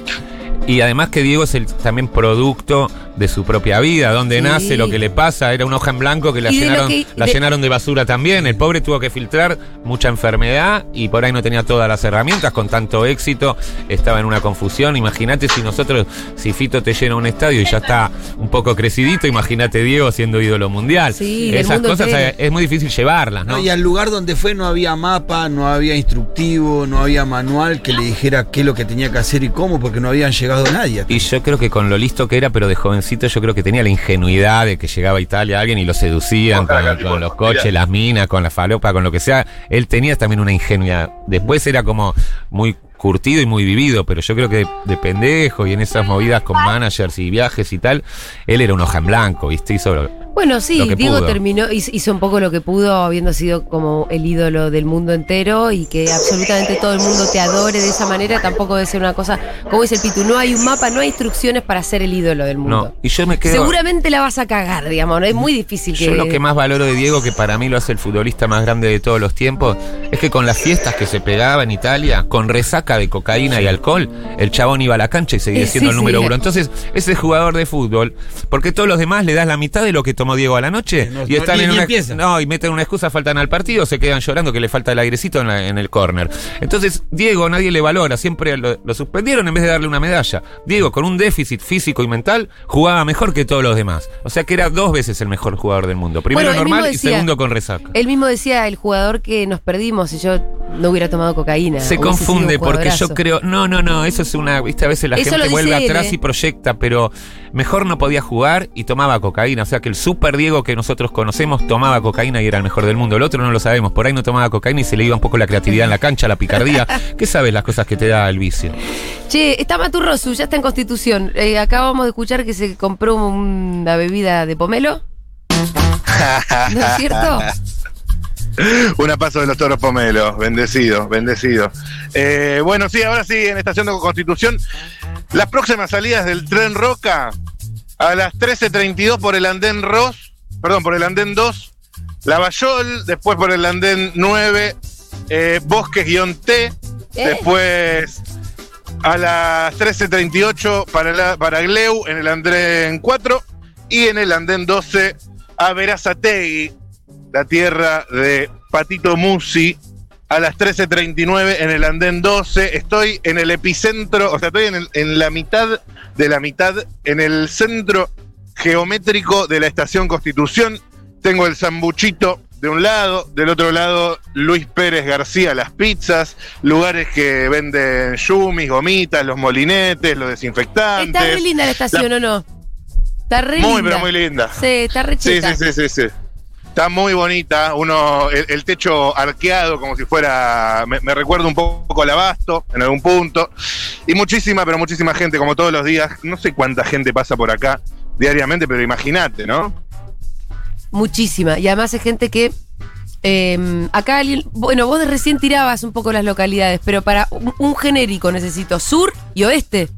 Speaker 3: Y además que Diego es el también producto de su propia vida, dónde
Speaker 1: Sí.
Speaker 3: nace, lo que le pasa. Era una hoja en blanco que la,
Speaker 1: Y de lo
Speaker 3: llenaron,
Speaker 1: que-
Speaker 3: la
Speaker 1: de-
Speaker 3: llenaron de basura también. El pobre tuvo que filtrar mucha enfermedad y por ahí no tenía todas las herramientas. Con tanto éxito estaba en una confusión. Imagínate si nosotros, si Fito te llena un estadio y ya está un poco crecidito, imagínate Diego siendo ídolo mundial.
Speaker 1: Sí, del
Speaker 3: Esas
Speaker 1: mundo
Speaker 3: cosas
Speaker 1: entero.
Speaker 3: eh, es muy difícil llevarlas, ¿no?
Speaker 4: No, y al lugar donde fue no había mapa, no había instructivo, no había manual que le dijera qué es lo que tenía que hacer y cómo, porque no habían llegado nadie.
Speaker 3: Y yo creo que con lo listo que era, pero de jovencito, yo creo que tenía la ingenuidad de que llegaba a Italia alguien y lo seducían
Speaker 5: Ojalá,
Speaker 3: con,
Speaker 5: Katy,
Speaker 3: con
Speaker 5: por
Speaker 3: los
Speaker 5: favor,
Speaker 3: coches,
Speaker 5: mirá.
Speaker 3: las minas, con la falopa, con lo que sea. Él tenía también una ingenuidad. Después era como muy curtido y muy vivido, pero yo creo que de, de pendejo y en esas movidas con managers y viajes y tal, él era un hoja en blanco, ¿viste? Hizo lo-
Speaker 1: Bueno, sí,
Speaker 3: lo que
Speaker 1: Diego
Speaker 3: pudo.
Speaker 1: terminó, hizo hizo un poco lo que pudo, habiendo sido como el ídolo del mundo entero y que absolutamente todo el mundo te adore de esa manera, tampoco debe ser una cosa, como dice el Pitu, no hay un mapa, no hay instrucciones para ser el ídolo del
Speaker 3: No,
Speaker 1: mundo.
Speaker 3: y yo me quedo...
Speaker 1: Seguramente la vas a cagar, digamos, ¿no? es muy difícil que...
Speaker 3: Yo lo que más valoro de Diego, que para mí lo hace el futbolista más grande de todos los tiempos, es que con las fiestas que se pegaba en Italia, con resaca de cocaína y alcohol, el chabón iba a la cancha y seguía
Speaker 1: Sí, sí,
Speaker 3: siendo el número
Speaker 1: sí.
Speaker 3: uno. Entonces, ese jugador de fútbol, porque todos los demás le das la mitad de lo que tomó Diego a la noche
Speaker 4: No,
Speaker 3: y están
Speaker 4: ni-
Speaker 3: en
Speaker 4: ni
Speaker 3: una,
Speaker 4: empieza.
Speaker 3: no, y meten una excusa, faltan al partido, se quedan llorando que le falta el airecito en, la- en el córner. Entonces, Diego nadie le valora, siempre lo, lo suspendieron en vez de darle una medalla. Diego, con un déficit físico y mental, jugaba mejor que todos los demás. O sea que era dos veces el mejor jugador del mundo. Primero
Speaker 1: Bueno, él mismo
Speaker 3: normal y
Speaker 1: decía-
Speaker 3: segundo con resaca.
Speaker 1: Él mismo decía, el jugador que nos perdimos, si yo no hubiera tomado cocaína. hubiese
Speaker 3: Se
Speaker 1: sido
Speaker 3: confunde
Speaker 1: un
Speaker 3: porque yo
Speaker 1: jugadorazo.
Speaker 3: creo, no, no, no, eso es una, viste, a veces la
Speaker 1: Eso lo
Speaker 3: gente
Speaker 1: dice
Speaker 3: vuelve
Speaker 1: él,
Speaker 3: atrás
Speaker 1: ¿eh?
Speaker 3: y proyecta, pero mejor no podía jugar y tomaba cocaína, o sea que el super Diego que nosotros conocemos tomaba cocaína y era el mejor del mundo, el otro no lo sabemos, por ahí no tomaba cocaína y se le iba un poco la creatividad en la cancha, la picardía, ¿qué sabes las cosas que te da el vicio?
Speaker 1: Che, está Maturrosu, ya está en Constitución. Eh, acabamos de escuchar que se compró una bebida de pomelo. ¿No es cierto?
Speaker 5: Una paso de los toros pomelo. Bendecido, bendecido. Eh, bueno, sí, ahora sí, en Estación de Constitución. Las próximas salidas del tren Roca a las 13.32 por el andén Ross, perdón, por el andén 2, Lavallol, después por el andén 9, eh, Bosques-T,
Speaker 1: Eh.
Speaker 5: después a las 13.38 para, la- para Gleu en el andén 4 y en el andén 12 a Verazategui, la tierra de Patito Musi. A las 13.39 en el andén 12. Estoy en el epicentro, o sea, estoy en, el- en la mitad de la mitad, en el centro geométrico de la estación Constitución. Tengo el sambuchito de un lado, del otro lado Luis Pérez García, las pizzas, lugares que venden yumis, gomitas, los molinetes, los
Speaker 1: Está re
Speaker 5: desinfectantes.
Speaker 1: linda la estación, ¿o no? Está re
Speaker 5: Muy,
Speaker 1: linda.
Speaker 5: pero muy linda.
Speaker 1: Sí, está re
Speaker 5: Sí,
Speaker 1: cheta.
Speaker 5: sí, sí, sí, sí. Está muy bonita, uno, el, el techo arqueado como si fuera, me, me recuerda un poco al abasto en algún punto. Y muchísima, pero muchísima gente, como todos los días, no sé cuánta gente pasa por acá diariamente, pero imagínate, ¿no?
Speaker 1: Muchísima. Y además es gente que. eh, acá alguien. Bueno, vos de recién tirabas un poco las localidades, pero para un, un genérico necesito sur y oeste.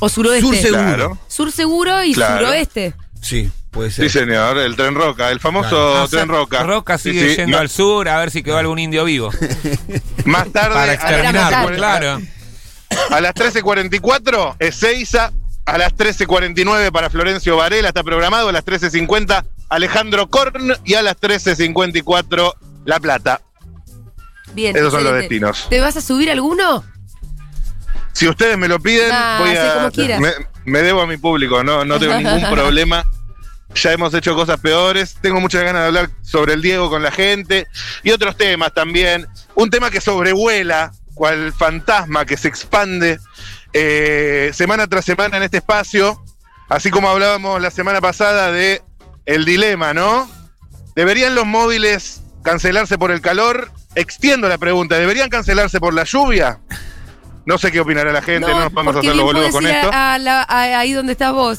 Speaker 1: O suroeste.
Speaker 4: Sur seguro.
Speaker 5: Claro.
Speaker 1: Sur seguro y
Speaker 5: Claro.
Speaker 1: suroeste.
Speaker 4: Sí, puede ser.
Speaker 5: Sí, señor, el tren Roca, el famoso
Speaker 4: Claro.
Speaker 3: O sea,
Speaker 5: tren Roca.
Speaker 3: Roca
Speaker 5: Sí,
Speaker 3: sigue
Speaker 5: sí,
Speaker 3: yendo
Speaker 5: ma-
Speaker 3: al sur a ver si quedó algún indio vivo
Speaker 5: Más
Speaker 1: Para
Speaker 3: para
Speaker 5: tarde,
Speaker 1: matar.
Speaker 3: exterminarlo, claro.
Speaker 5: A las 13.44, Ezeiza. A las 13.49 para Florencio Varela, está programado. A las 13.50, Alejandro Korn. Y a las 13.54, La Plata.
Speaker 1: Bien.
Speaker 5: Esos son los
Speaker 1: excelente.
Speaker 5: destinos.
Speaker 1: ¿Te vas a subir alguno?
Speaker 5: Si ustedes me lo piden,
Speaker 1: Nah,
Speaker 5: voy
Speaker 1: hacé
Speaker 5: a.
Speaker 1: como quieras.
Speaker 5: me, me debo a mi público, no, no tengo ningún problema. Ya hemos hecho cosas peores. Tengo muchas ganas de hablar sobre el Diego con la gente y otros temas también. Un tema que sobrevuela, cual fantasma que se expande eh, semana tras semana en este espacio. Así como hablábamos la semana pasada de el dilema, ¿no? ¿Deberían los móviles cancelarse por el calor? Extiendo la pregunta. ¿Deberían cancelarse por la lluvia? No sé qué opinará la gente, no, nos vamos a
Speaker 1: porque
Speaker 5: hacer los
Speaker 1: bien
Speaker 5: boludos
Speaker 1: podés
Speaker 5: con
Speaker 1: ir a-
Speaker 5: esto.
Speaker 1: a la- a- ahí donde estás vos.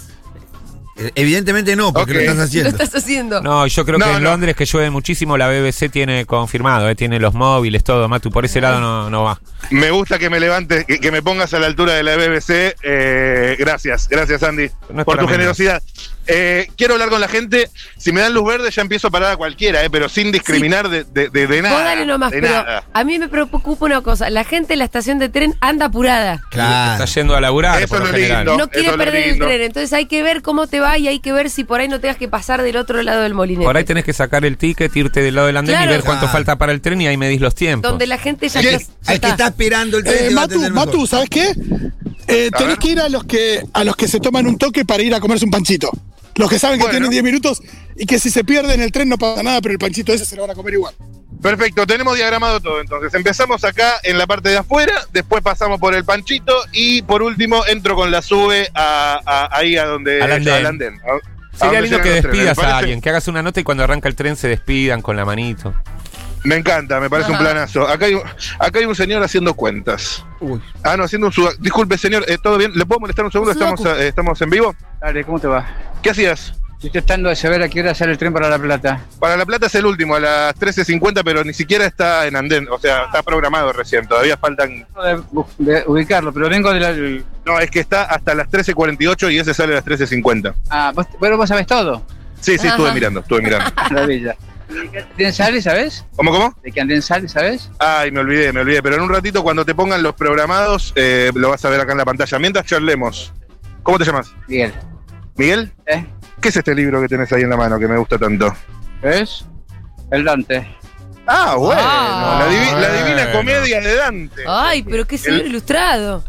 Speaker 4: Eh, Evidentemente no, porque
Speaker 5: Ok.
Speaker 4: lo estás
Speaker 1: Lo
Speaker 4: haciendo.
Speaker 1: estás haciendo.
Speaker 3: No, yo creo
Speaker 5: No,
Speaker 3: que en
Speaker 5: no.
Speaker 3: Londres que llueve muchísimo, la BBC tiene confirmado, eh, tiene los móviles, todo, Matu, por ese lado no, no va.
Speaker 5: Me gusta que me levantes, que, que me pongas a la altura de la BBC. eh, gracias, gracias Andy,
Speaker 3: No es
Speaker 5: por
Speaker 3: para
Speaker 5: tu
Speaker 3: menos.
Speaker 5: generosidad. Eh, quiero hablar con la gente. Si me dan luz verde, ya empiezo a parar a cualquiera, eh, pero sin discriminar de, de- de- de nada.
Speaker 1: Vos dale nomás,
Speaker 5: de
Speaker 1: pero
Speaker 5: nada.
Speaker 1: a mí me preocupa una cosa. La gente en la estación de tren anda apurada.
Speaker 4: Claro.
Speaker 3: Está yendo a laburar.
Speaker 5: Eso
Speaker 3: por
Speaker 5: es lo
Speaker 3: general.
Speaker 5: lindo.
Speaker 1: No,
Speaker 5: No,
Speaker 1: quiere
Speaker 5: eso lo
Speaker 1: perder el
Speaker 5: lindo.
Speaker 1: tren. Entonces hay que ver cómo te va y hay que ver si por ahí no tengas que pasar del otro lado del molinete.
Speaker 3: Por ahí tenés que sacar el ticket, irte del lado del andén
Speaker 1: Claro.
Speaker 3: y ver cuánto
Speaker 4: Claro.
Speaker 3: falta para el tren y ahí medís los tiempos.
Speaker 1: donde la gente ya,
Speaker 2: Al que-
Speaker 1: ya
Speaker 4: Al que está esperando el tren.
Speaker 2: Eh,
Speaker 4: te va a
Speaker 2: Matu,
Speaker 4: atender mejor.
Speaker 2: Matu, ¿sabes qué? Eh, tenés que ir a los que a los que se toman un toque para ir a comerse un panchito. Los que saben que
Speaker 5: Bueno.
Speaker 2: tienen 10 minutos y que si se pierden el tren no pasa nada, pero el panchito ese se lo van a comer igual.
Speaker 5: Perfecto, tenemos diagramado todo entonces. Empezamos acá en la parte de afuera, después pasamos por el panchito y por último entro con la sube a, a- ahí a donde
Speaker 3: Al andén.
Speaker 5: a-
Speaker 3: Sería
Speaker 5: a donde
Speaker 3: lindo
Speaker 5: llegan
Speaker 3: que
Speaker 5: los trenes,
Speaker 3: despidas
Speaker 5: me parece-
Speaker 3: a alguien, que hagas una nota y cuando arranca el tren se despidan con la manito.
Speaker 5: Me encanta, me parece un planazo. Acá hay, un- acá hay un señor haciendo cuentas.
Speaker 4: Uy.
Speaker 5: Ah, no, haciendo un sudoku. Disculpe, señor, eh, ¿todo bien? ¿Le puedo molestar un segundo? Estamos, eh, estamos en vivo.
Speaker 8: Dale, ¿cómo te va?
Speaker 5: ¿Qué hacías?
Speaker 8: Estoy tratando de saber a qué hora sale el tren para La Plata.
Speaker 5: Para La Plata es el último, a las 13.50, pero ni siquiera está en andén. O sea, está programado recién, todavía faltan...
Speaker 8: Trato De, de ubicarlo, pero vengo de la...
Speaker 5: No, es que está hasta las 13.48 y ese sale a las 13.50.
Speaker 8: Ah, vos, bueno, vos sabés todo.
Speaker 5: Sí, sí, estuve mirando, estuve mirando.
Speaker 8: La villa. ¿De qué andén sale, sabés?
Speaker 5: ¿Cómo, cómo?
Speaker 8: ¿De qué andén sale, sabés?
Speaker 5: Ay, me olvidé, me olvidé. Pero en un ratito, cuando te pongan los programados, eh, lo vas a ver acá en la pantalla. Mientras charlemos. ¿Cómo te llamas?
Speaker 8: Miguel.
Speaker 5: ¿Miguel?
Speaker 8: ¿Eh?
Speaker 5: ¿Qué es este libro que tenés ahí en la mano que me gusta tanto?
Speaker 8: ¿Ves? El Dante.
Speaker 5: Ah, bueno.
Speaker 1: Ah,
Speaker 5: la, divi- la
Speaker 3: bueno.
Speaker 5: divina comedia de Dante.
Speaker 1: Ay, pero qué señor ilustrado.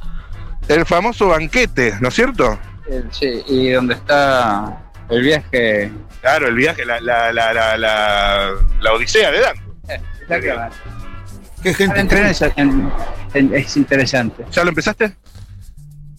Speaker 5: El famoso banquete, ¿no es cierto?
Speaker 8: El- sí, y donde está el viaje...
Speaker 5: Claro, el viaje, la, la, la, la, la, la odisea de Dante.
Speaker 8: Eh, exactamente.
Speaker 4: Qué gente.
Speaker 8: El tren es, en- en- es interesante.
Speaker 5: ¿Ya lo empezaste?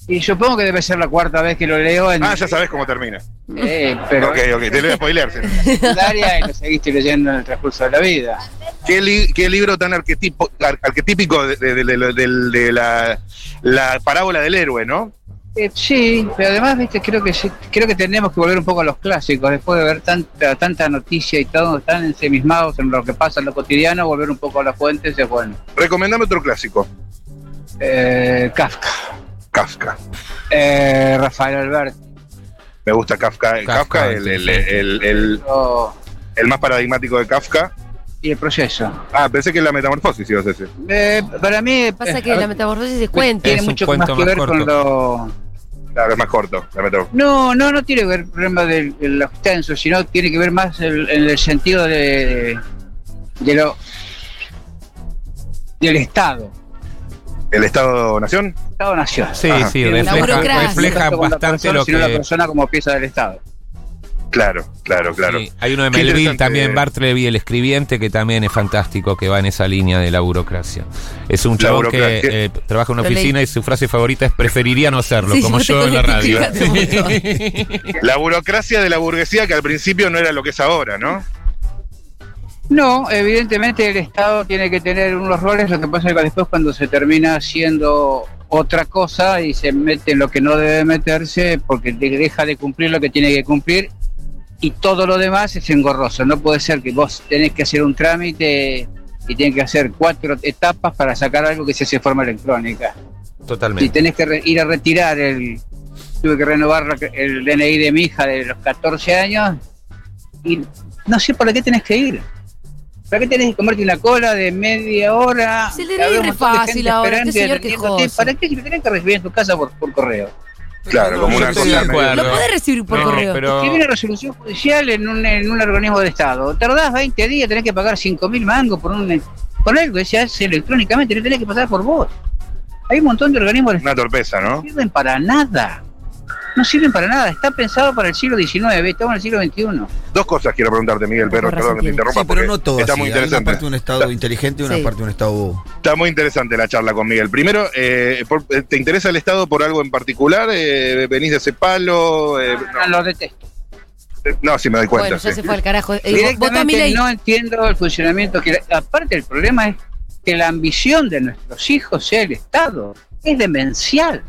Speaker 8: Y supongo que debe ser la cuarta vez que lo leo en...
Speaker 5: Ah, ya sabes cómo termina.
Speaker 8: Eh, pero...
Speaker 5: Ok, ok, te lo voy a spoilear. sí.
Speaker 8: secundaria y lo seguiste leyendo en el transcurso de la vida.
Speaker 5: ¿Qué, li- qué libro tan arquetipo- ar- arquetípico de, de- de- de- de- de la, la parábola del héroe, ¿no?
Speaker 8: Eh, sí, pero además, viste, creo que sí- creo que tenemos que volver un poco a los clásicos, después de ver tanta tanta noticia y todo, están ensemismados en lo que pasa en lo cotidiano, volver un poco a las fuentes es bueno.
Speaker 5: Recomendame otro clásico.
Speaker 8: Eh, Kafka,
Speaker 5: Kafka.
Speaker 8: eh, Rafael Alberti,
Speaker 5: Me gusta Kafka. El Kafka,
Speaker 3: Kafka,
Speaker 5: el,
Speaker 3: sí,
Speaker 5: el-
Speaker 3: sí.
Speaker 5: el- el-
Speaker 8: oh,
Speaker 5: el más paradigmático de Kafka.
Speaker 8: y el proceso.
Speaker 5: Ah, pensé que la metamorfosis ibas a decir.
Speaker 8: Eh, para mí
Speaker 1: Pasa
Speaker 8: eh,
Speaker 1: que la metamorfosis es cuento.
Speaker 5: eh,
Speaker 8: tiene
Speaker 3: Es un
Speaker 8: mucho
Speaker 3: cuento
Speaker 8: más que
Speaker 3: más
Speaker 8: ver con lo
Speaker 5: Claro, es más corto. La metamorfosis.
Speaker 8: no, no, no tiene que ver el problema del, del ostenso, sino tiene que ver más el- en el sentido de, de lo del Estado,
Speaker 5: ¿El Estado-Nación?
Speaker 8: Estado-Nación.
Speaker 3: Sí,
Speaker 5: Ajá.
Speaker 3: sí,
Speaker 8: Tiene una
Speaker 3: refleja,
Speaker 1: burocracia.
Speaker 3: refleja
Speaker 8: tanto con la
Speaker 3: bastante
Speaker 8: persona,
Speaker 3: lo
Speaker 8: sino la
Speaker 3: que...
Speaker 8: persona como pieza del Estado.
Speaker 5: Claro, claro, claro.
Speaker 3: Sí, hay uno de
Speaker 5: Qué
Speaker 3: Melville
Speaker 5: interesante.
Speaker 3: también, Bartleby, el escribiente, que también es fantástico, que va en esa línea de la burocracia. Es un
Speaker 5: La
Speaker 3: chabón que
Speaker 5: burocracia.
Speaker 3: eh, trabaja en una
Speaker 1: Lo leí.
Speaker 3: oficina y su frase favorita es preferiría no hacerlo,
Speaker 1: Sí,
Speaker 3: como
Speaker 1: yo
Speaker 3: yo
Speaker 1: te
Speaker 3: en la radio.
Speaker 1: identifico un
Speaker 5: La burocracia de la burguesía que al principio no era lo que es ahora, ¿no?
Speaker 8: No, evidentemente el Estado tiene que tener unos roles, lo que pasa es que después cuando se termina haciendo otra cosa y se mete en lo que no debe meterse porque de- deja de cumplir lo que tiene que cumplir y todo lo demás es engorroso. No puede ser que vos tenés que hacer un trámite y tenés que hacer cuatro etapas para sacar algo que se hace de forma electrónica. Si
Speaker 3: Totalmente.
Speaker 8: tenés que re- ir a retirar el. Tuve que renovar la- el DNI de mi hija de los 14 años y no sé para qué tenés que ir. ¿Para qué tenés que comerte una cola de media hora?
Speaker 1: Se le
Speaker 8: Había
Speaker 1: da
Speaker 8: un
Speaker 1: re
Speaker 8: montón de
Speaker 1: fácil
Speaker 8: gente
Speaker 1: ahora, qué
Speaker 8: esperante,
Speaker 1: señor
Speaker 8: atendiéndote.
Speaker 1: quejoso.
Speaker 8: ¿Para qué lo tenés que recibir en tu casa por, por correo?
Speaker 5: Claro, como
Speaker 3: Yo
Speaker 5: una
Speaker 3: estoy de
Speaker 5: cosa medio-
Speaker 1: Lo
Speaker 3: acuerdo.
Speaker 1: podés recibir por
Speaker 3: No,
Speaker 1: correo.
Speaker 3: pero-
Speaker 8: Escribí una resolución judicial en un, en un organismo de Estado. Tardás 20 días, tenés que pagar 5 mil mangos por, un, por algo que se hace electrónicamente, no tenés que pasar por vos. Hay un montón de organismos de
Speaker 5: una torpeza, ¿no?
Speaker 8: no sirven para nada. No sirven para nada. Está pensado para el siglo XIX, estamos en el siglo XXI.
Speaker 5: Dos cosas quiero preguntarte, Miguel
Speaker 1: Por
Speaker 5: Perro, perdón
Speaker 1: razón
Speaker 5: que te
Speaker 1: tiene.
Speaker 5: interrumpa,
Speaker 4: Sí,
Speaker 5: porque
Speaker 4: pero no todo.
Speaker 5: está
Speaker 4: así.
Speaker 5: muy
Speaker 4: Hay una
Speaker 5: interesante.
Speaker 4: parte de un Estado inteligente y una
Speaker 1: Sí.
Speaker 4: parte de un Estado bobo.
Speaker 5: Está muy interesante la charla con Miguel. Primero, eh, por- eh, ¿te interesa el Estado por algo en particular? Eh, ¿Venís de ese palo? Eh,
Speaker 8: No, lo detesto.
Speaker 5: no, no, sí me doy cuenta.
Speaker 1: bueno, ya
Speaker 5: sí.
Speaker 1: se fue al carajo. Eh, votá a
Speaker 8: Directamente
Speaker 1: Milei.
Speaker 8: no entiendo el funcionamiento. que Aparte, el problema es que la ambición de nuestros hijos sea el Estado. Es demencial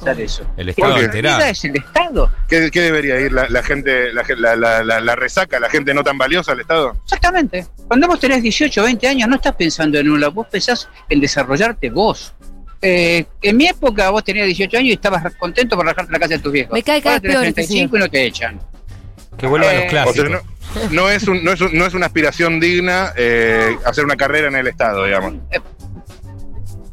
Speaker 1: Oh.
Speaker 8: pensar eso.
Speaker 3: El
Speaker 8: Que
Speaker 3: Estado
Speaker 8: la
Speaker 3: alterado.
Speaker 8: vida es el Estado.
Speaker 5: ¿Qué, qué debería ir la, la gente, la, gen- la- la- la- la resaca, la gente no tan valiosa al Estado?
Speaker 8: Exactamente. Cuando vos tenés 18, 20 años, no estás pensando en un lado, vos pensás en desarrollarte vos. Eh, en mi época vos tenías 18 años y estabas contento por rajarte la casa de tus viejos.
Speaker 1: Me cae cada
Speaker 8: Ahora
Speaker 1: vez
Speaker 8: tenés
Speaker 1: peor este
Speaker 8: 35 y no te echan.
Speaker 3: Que vuelvan
Speaker 8: Eh,
Speaker 3: los
Speaker 5: O sea,
Speaker 3: clásicos.
Speaker 5: no, no es un- no, es un- no es una aspiración digna eh, hacer una carrera en el Estado, digamos.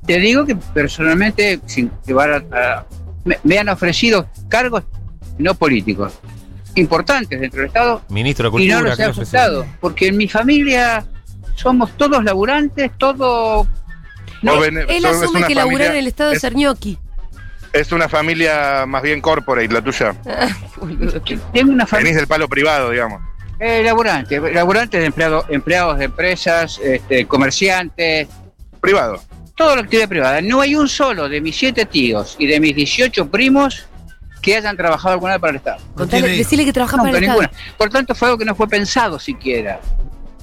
Speaker 8: Te digo que personalmente, sin llevar a- a- me, me han ofrecido cargos no políticos, importantes dentro del Estado,
Speaker 3: Ministro de
Speaker 8: y
Speaker 3: Cultura.
Speaker 8: no los
Speaker 3: ¿qué
Speaker 8: he
Speaker 3: le ofrecen?
Speaker 8: aceptado, porque en mi familia somos todos laburantes, todo...
Speaker 5: Vos
Speaker 8: No,
Speaker 5: ven-
Speaker 1: Él
Speaker 5: sos-
Speaker 1: asume
Speaker 5: una
Speaker 1: que laburar en
Speaker 5: familia-
Speaker 1: el estado de
Speaker 5: es-
Speaker 1: ser ñoqui.
Speaker 5: Es una familia más bien corporate, la tuya.
Speaker 1: Boludo, qué-
Speaker 8: eh, tengo una
Speaker 5: Venís
Speaker 8: familia...
Speaker 5: del palo privado, digamos.
Speaker 8: eh, laburante, laburantes, empleado- empleados de empresas, este, comerciantes,
Speaker 5: Privado.
Speaker 8: toda la actividad privada. No hay un solo de mis siete tíos y de mis 18 primos que hayan trabajado alguna vez para el Estado.
Speaker 1: Contale,
Speaker 4: tiene-
Speaker 1: decirle que trabaja para
Speaker 8: Nunca,
Speaker 1: el Estado.
Speaker 8: ninguna. Por tanto, fue algo que no fue pensado siquiera.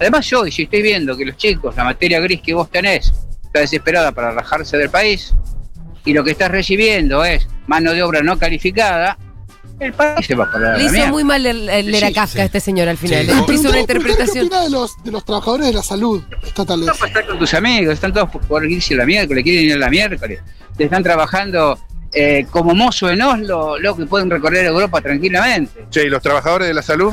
Speaker 8: Además, yo, y si estoy viendo que los chicos, la materia gris que vos tenés, está desesperada para rajarse del país, y lo que estás recibiendo es mano de obra no calificada, el país se va para la
Speaker 1: Le hizo
Speaker 8: mierda.
Speaker 1: muy mal el, el-
Speaker 8: Sí,
Speaker 1: era
Speaker 8: sí.
Speaker 1: Kafka a este señor al final.
Speaker 4: Sí.
Speaker 1: Le
Speaker 2: Pero
Speaker 1: hizo
Speaker 2: un
Speaker 1: una
Speaker 2: poco, por ejemplo,
Speaker 1: interpretación.
Speaker 2: ¿Qué opina de los, de los trabajadores de la salud estatales?
Speaker 8: No estar con tus amigos, están todos por- por irse la miércoles, quieren ir a la miércoles. Te están trabajando eh, como mozo en Oslo, lo que pueden recorrer Europa tranquilamente.
Speaker 5: Che, ¿y los trabajadores de la salud?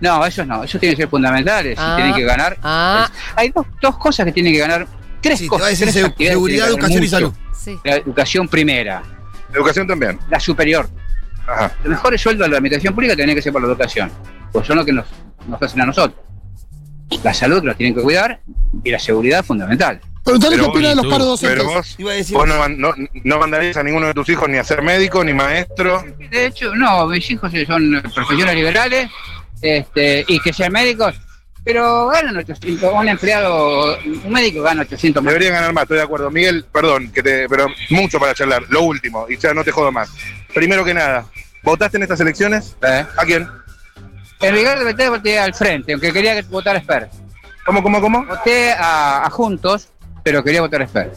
Speaker 8: No, esos no, esos tienen que ser fundamentales, y
Speaker 1: Ah.
Speaker 8: tienen que ganar.
Speaker 1: Ah,
Speaker 8: Hay dos, dos cosas que tienen que ganar, tres
Speaker 4: Sí, te va a
Speaker 8: cosas.
Speaker 4: decir
Speaker 8: tres
Speaker 4: se-
Speaker 8: actividades que
Speaker 4: seguridad,
Speaker 8: tienen que ganar
Speaker 4: educación y salud.
Speaker 8: mucho.
Speaker 1: sí.
Speaker 8: La educación primera,
Speaker 5: Educación también.
Speaker 8: la superior.
Speaker 5: Ajá.
Speaker 8: Los mejores sueldos de la administración pública tienen que ser por la educación, pues son los que nos, nos hacen a nosotros. La salud la tienen que cuidar y la seguridad fundamental.
Speaker 2: Preguntale
Speaker 5: Pero
Speaker 2: qué opina de los
Speaker 3: bonito.
Speaker 2: paros docentes.
Speaker 5: Pero vos,
Speaker 4: Iba a decir.
Speaker 5: vos no, man- no, no mandarías a ninguno de tus hijos ni a ser médico, ni maestro.
Speaker 8: De hecho, no, mis hijos son profesiones liberales este, y que sean médicos, pero ganan 800, un empleado, un médico gana 800 más.
Speaker 5: Deberían ganar más, estoy de acuerdo. Miguel, perdón, que te, pero mucho para charlar. Lo último, y ya no te jodo más. Primero que nada, ¿votaste en estas elecciones?
Speaker 8: ¿eh?
Speaker 5: ¿A quién?
Speaker 8: En Ricardo Betel voté al frente, aunque quería que votara a Esper.
Speaker 5: ¿Cómo, cómo, cómo?
Speaker 8: Voté a, a Juntos, pero quería votar a Esper.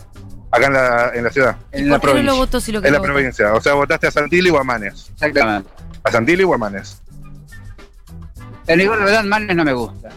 Speaker 5: Acá en la, en la ciudad,
Speaker 1: ¿Por
Speaker 8: En la
Speaker 1: qué no
Speaker 8: provincia.
Speaker 1: lo votó si lo que
Speaker 5: en la
Speaker 1: votó?
Speaker 5: provincia. O sea, votaste a Santilli o a Manes.
Speaker 8: Exactamente.
Speaker 5: A Santilli o a Manes.
Speaker 8: En Ricardo Betel Manes no me gusta.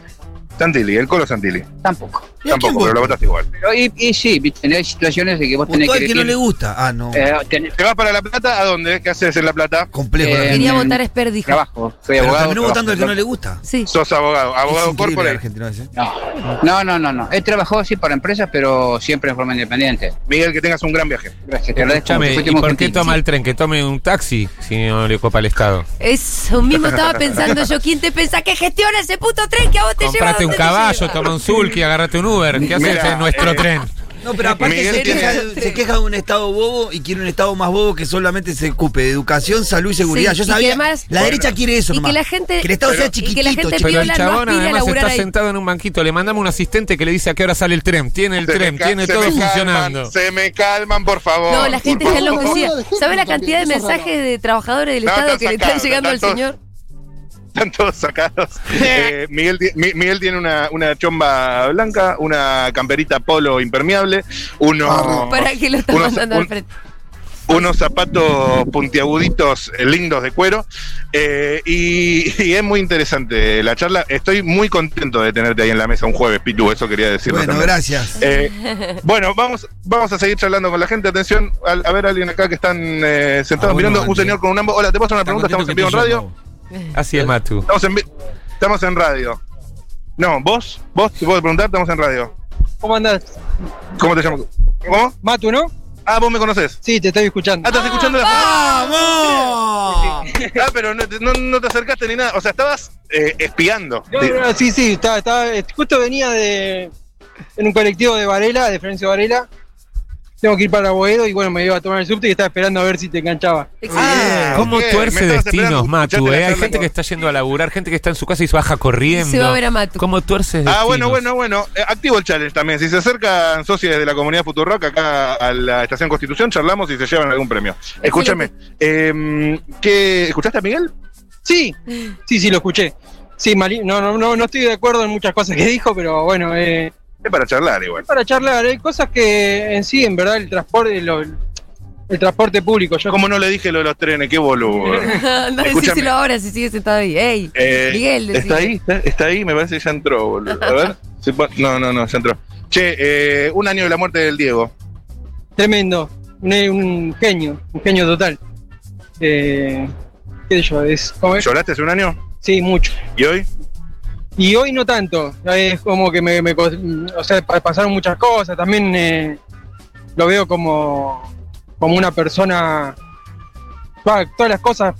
Speaker 5: Santilli, el colo Santilli.
Speaker 8: Tampoco.
Speaker 4: ¿Y a quién
Speaker 5: Tampoco, pero
Speaker 4: votó?
Speaker 5: lo votaste igual.
Speaker 8: Pero y, y sí, viste, hay situaciones de que vos tenés
Speaker 4: Votó
Speaker 8: que.
Speaker 4: al que no
Speaker 8: elegir,
Speaker 4: le gusta. Ah, no.
Speaker 8: eh, tenés
Speaker 5: ¿Te vas para La Plata? ¿A dónde? ¿Qué haces en La Plata?
Speaker 4: Complejo. la
Speaker 8: eh,
Speaker 4: Argentina.
Speaker 1: Quería votar a Esper, dijo.
Speaker 8: trabajo. Soy
Speaker 4: Pero
Speaker 8: abogado.
Speaker 4: terminó votando al que no
Speaker 8: trabajo.
Speaker 4: le gusta.
Speaker 1: Sí.
Speaker 5: Sos abogado, abogado
Speaker 4: Es increíble la
Speaker 5: corporate.
Speaker 4: Argentina, ¿sí?
Speaker 8: No. no, no, no, no. He trabajado sí para empresas, pero siempre en forma independiente.
Speaker 5: Miguel, que tengas un gran viaje.
Speaker 8: Gracias, te agradezco.
Speaker 3: Escúchame,
Speaker 8: mucho, fuiste
Speaker 3: ¿y
Speaker 8: muy
Speaker 3: por qué
Speaker 8: gentil.
Speaker 3: toma el tren? Que tome un taxi si no le copa el Estado.
Speaker 1: Eso mismo estaba pensando yo. ¿Quién te pensás que gestiona ese puto tren que a vos te lleva?
Speaker 3: Comprate
Speaker 1: donde
Speaker 3: un
Speaker 1: te
Speaker 3: caballo,
Speaker 1: lleva?
Speaker 3: toma un sulky, agarrate un Uber. ¿Qué haces
Speaker 5: Mira,
Speaker 3: en nuestro
Speaker 5: eh,
Speaker 3: tren?
Speaker 4: No, pero aparte
Speaker 5: Miguel
Speaker 4: se
Speaker 5: tiene-
Speaker 4: queja, de- se queja de un Estado bobo y quiere un Estado más bobo que solamente se ocupe de educación, salud y seguridad.
Speaker 1: Sí,
Speaker 4: Yo
Speaker 1: y que
Speaker 4: sabía.
Speaker 1: además-
Speaker 4: la derecha quiere eso,
Speaker 1: y
Speaker 4: nomás.
Speaker 1: que la gente-
Speaker 4: el Estado
Speaker 1: pero-
Speaker 4: sea
Speaker 1: y que
Speaker 4: chiquitito,
Speaker 1: la gente
Speaker 4: chiquito.
Speaker 3: Pero el
Speaker 1: Viola, no
Speaker 3: chabón
Speaker 1: aspira a
Speaker 3: además
Speaker 1: laburar
Speaker 3: está
Speaker 1: ahí.
Speaker 3: sentado en un banquito. Le mandamos un asistente que le dice a qué hora sale el tren. Tiene el
Speaker 5: Se me
Speaker 3: tren,
Speaker 5: ca-
Speaker 3: tiene
Speaker 5: se
Speaker 3: todo
Speaker 5: me calman,
Speaker 3: funcionando.
Speaker 5: se me calman, por favor.
Speaker 1: No, la gente
Speaker 5: por
Speaker 1: está
Speaker 5: favor.
Speaker 1: enloquecida.
Speaker 2: No, no, dejé
Speaker 1: ¿Sabés la
Speaker 2: porque
Speaker 1: cantidad de
Speaker 2: eso es raro.
Speaker 1: mensajes de trabajadores del
Speaker 5: No,
Speaker 1: Estado
Speaker 5: están
Speaker 1: que le están
Speaker 5: sacados,
Speaker 1: llegando al
Speaker 5: están todos-
Speaker 1: señor?
Speaker 5: Están todos sacados. Eh, Miguel, ti- Mi- Miguel tiene una, una chomba blanca, una camperita polo impermeable, unos,
Speaker 1: ¿Para que lo están
Speaker 5: unos-
Speaker 1: mandando al
Speaker 5: un-
Speaker 1: frente?
Speaker 5: unos zapatos puntiaguditos eh, lindos de cuero. eh, y, y es muy interesante la charla. Estoy muy contento de tenerte ahí en la mesa un jueves, Pitu, eso quería decirlo.
Speaker 4: Bueno,
Speaker 5: también.
Speaker 4: gracias.
Speaker 5: Eh, bueno, vamos, vamos a seguir charlando con la gente. Atención, al- a, ver alguien acá que están eh, sentados
Speaker 4: Ah, bueno,
Speaker 5: mirando. Un
Speaker 4: Andy.
Speaker 5: señor con un ambo. Hola, ¿te puedo hacer una pregunta?
Speaker 4: Está
Speaker 5: Estamos en vivo en
Speaker 4: contento
Speaker 5: radio.
Speaker 4: que
Speaker 3: Así es, Matu.
Speaker 5: Estamos en, vi- estamos en radio. No, vos, vos, te puedo preguntar, estamos en radio.
Speaker 9: ¿Cómo andás?
Speaker 5: ¿Cómo te llamas? ¿Cómo?
Speaker 9: Matu, ¿no?
Speaker 5: Ah, vos me conocés.
Speaker 9: Sí, te estoy
Speaker 5: Ah,
Speaker 9: escuchando.
Speaker 5: estás escuchando la.
Speaker 9: ah.
Speaker 4: ¡Vamos!
Speaker 5: Ah, pero no, te- no- no te acercaste ni nada. O sea, estabas eh, espiando.
Speaker 9: No,
Speaker 5: Sí.
Speaker 9: no, no, sí, sí, estaba, estaba- justo venía de en un colectivo de Varela, de Florencio Varela. Tengo que ir para Boedo y bueno, me iba a tomar el subte y estaba esperando a ver si te enganchaba.
Speaker 1: Excelente.
Speaker 3: ¿Cómo
Speaker 5: ¿qué?
Speaker 3: tuerce
Speaker 5: Me estabas
Speaker 3: destinos,
Speaker 5: esperando,
Speaker 3: Matu? eh?
Speaker 5: escuchate la
Speaker 3: Hay
Speaker 5: charla
Speaker 3: gente
Speaker 5: con-
Speaker 3: que está yendo a laburar, gente que está en su casa y se baja corriendo.
Speaker 1: Se va a ver a Matu.
Speaker 3: ¿Cómo tuerces
Speaker 5: Ah,
Speaker 3: destinos?
Speaker 5: bueno, bueno, bueno. Eh, activo el challenge también. Si se acercan socios de la comunidad Futurock acá a la Estación Constitución, charlamos y se llevan algún premio. Escúchame. eh, ¿qué, ¿Escuchaste a Miguel?
Speaker 9: Sí, sí, sí, lo escuché. Sí, Mali- no, no, no, no estoy de acuerdo en muchas cosas que dijo, pero bueno, eh,
Speaker 5: Es para charlar igual.
Speaker 9: para charlar, hay cosas que en sí, en verdad, el transporte, lo- el transporte público, yo
Speaker 5: ¿Cómo no le dije lo de los trenes? Qué boludo.
Speaker 1: Anda, decíselo
Speaker 5: Escúchame.
Speaker 1: ahora si sigue sentado ahí. ¡Ey!
Speaker 5: Eh,
Speaker 1: Miguel, decile.
Speaker 5: ¿Está ahí? ¿Está, está ahí? Me parece que ya entró, boludo. A ver. se pon- No, no, no, ya entró. Che, eh, un año de la muerte del Diego.
Speaker 9: Tremendo, un, un genio, un genio total. Eh, ¿Qué sé yo? Es, ¿cómo es?
Speaker 5: ¿Lloraste hace un año?
Speaker 9: Sí, mucho.
Speaker 5: ¿Y hoy?
Speaker 9: Y hoy no tanto. Es como que me. me co- o sea, pa- pasaron muchas cosas. También eh, lo veo como. Como una persona. va, todas las cosas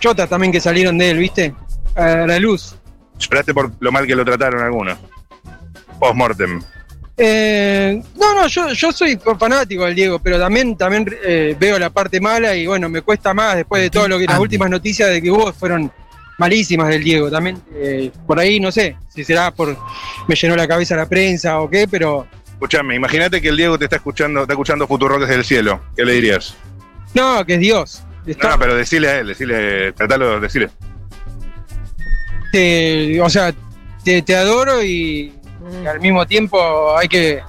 Speaker 9: chotas también que salieron de él, ¿viste? A la luz.
Speaker 5: Lloraste por lo mal que lo trataron algunos. Post-mortem.
Speaker 9: Eh, no, no, yo, yo soy fanático del Diego, pero también, también eh, veo la parte mala y bueno, me cuesta más después de todo lo que las
Speaker 4: Andy.
Speaker 9: últimas noticias de que vos fueron malísimas del Diego. También eh, por ahí, no sé si será por me llenó la cabeza la prensa o qué, pero
Speaker 5: Escuchame, imagínate que el Diego te está escuchando, está escuchando Futuro desde el cielo. ¿Qué le dirías?
Speaker 9: no, que es Dios.
Speaker 5: No,
Speaker 9: Está-
Speaker 5: no, pero decile a él, decile, tratalo, decile.
Speaker 9: te- o sea, te, te adoro y, y al mismo tiempo hay que.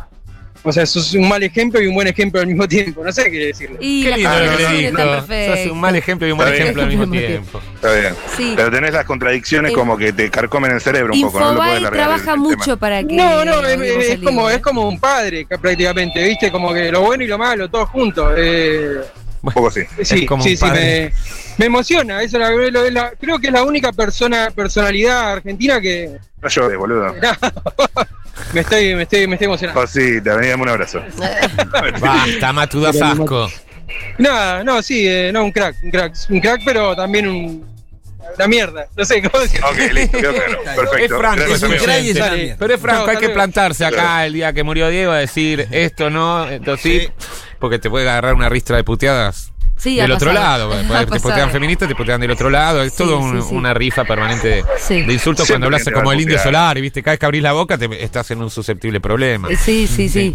Speaker 9: O sea, sos un mal ejemplo y un buen ejemplo al mismo tiempo. No sé qué decirle.
Speaker 1: Y
Speaker 3: Qué
Speaker 1: las
Speaker 3: lindo lo que le
Speaker 1: comparaciones
Speaker 3: dijo.
Speaker 1: están perfectas.
Speaker 3: Sos un mal ejemplo y un buen
Speaker 5: Está bien.
Speaker 3: ejemplo al mismo tiempo.
Speaker 5: Está bien.
Speaker 1: Sí.
Speaker 5: Pero tenés las contradicciones
Speaker 1: Eh,
Speaker 5: como que te carcomen el cerebro un poco, no lo podés
Speaker 1: Infobae
Speaker 5: largar el-
Speaker 1: trabaja
Speaker 5: el
Speaker 1: mucho
Speaker 5: tema.
Speaker 1: para que.
Speaker 9: No, no, es,
Speaker 1: volvamos
Speaker 9: es-
Speaker 1: al
Speaker 9: es como,
Speaker 1: libro, ¿eh?
Speaker 9: es como un padre ca- prácticamente, ¿viste? Como que lo bueno y lo malo, todo junto. eh,
Speaker 5: Un poco así.
Speaker 9: sí,
Speaker 3: como un
Speaker 9: sí, sí,
Speaker 3: padre.
Speaker 9: me, me emociona. Eso la- lo- es la- creo que es la única persona, personalidad argentina que
Speaker 5: No llores, boludo. Oh,
Speaker 9: me estoy, me estoy, me estoy emocionando.
Speaker 5: Cosita, vení, dame un abrazo.
Speaker 3: Basta, Matu, das asco.
Speaker 9: Nada, no, sí, eh, no, un crack, un crack, un crack, pero también un, una mierda. No sé cómo decirlo.
Speaker 5: ok, listo, quedó claro.
Speaker 3: Es
Speaker 5: Perfecto.
Speaker 3: Franco,
Speaker 5: Gracias,
Speaker 3: es un
Speaker 5: amigo.
Speaker 4: crack y es
Speaker 3: creyente.
Speaker 4: una mierda.
Speaker 3: Pero es Franco,
Speaker 9: Chao,
Speaker 3: hay
Speaker 9: hasta
Speaker 3: que
Speaker 9: luego.
Speaker 3: plantarse acá el día que murió Diego a decir esto no, esto sí, porque te puede agarrar una ristra de puteadas.
Speaker 1: Sí,
Speaker 3: del
Speaker 1: ha
Speaker 3: otro
Speaker 1: pasado.
Speaker 3: lado,
Speaker 1: Ha
Speaker 3: te putean
Speaker 1: pasado.
Speaker 3: feministas, te putean del otro lado, es
Speaker 1: Sí,
Speaker 3: todo
Speaker 1: sí,
Speaker 3: un-
Speaker 1: sí.
Speaker 3: una rifa permanente de,
Speaker 1: Sí.
Speaker 3: de insultos
Speaker 5: Siempre
Speaker 3: cuando hablas
Speaker 5: te van
Speaker 3: como
Speaker 5: a
Speaker 3: el indio
Speaker 5: putear.
Speaker 3: solar, y viste, cada vez que abrís la boca te, estás en un susceptible problema.
Speaker 1: Eh, Sí, sí, sí.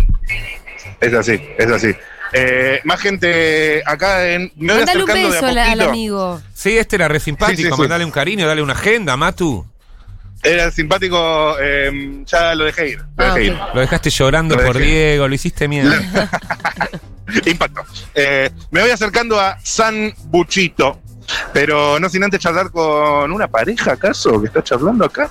Speaker 5: Es así, es así. Eh, más gente acá en. Me voy
Speaker 1: Mandale un
Speaker 5: acercando de
Speaker 1: beso
Speaker 5: a
Speaker 1: al, al
Speaker 5: poquito.
Speaker 1: amigo.
Speaker 3: Sí, este era re simpático,
Speaker 5: Sí, sí, sí.
Speaker 3: mandale un cariño, dale una agenda, Matu.
Speaker 5: Era simpático, eh, ya lo dejé ir. Lo
Speaker 1: Ah,
Speaker 5: dejé
Speaker 1: ok.
Speaker 3: Lo dejaste llorando
Speaker 5: Lo
Speaker 3: por
Speaker 5: dejé.
Speaker 3: Diego, lo hiciste miedo.
Speaker 5: ir. Impacto. Eh, me voy acercando a San Buchito, pero no sin antes charlar con una pareja, ¿acaso? Que está charlando acá.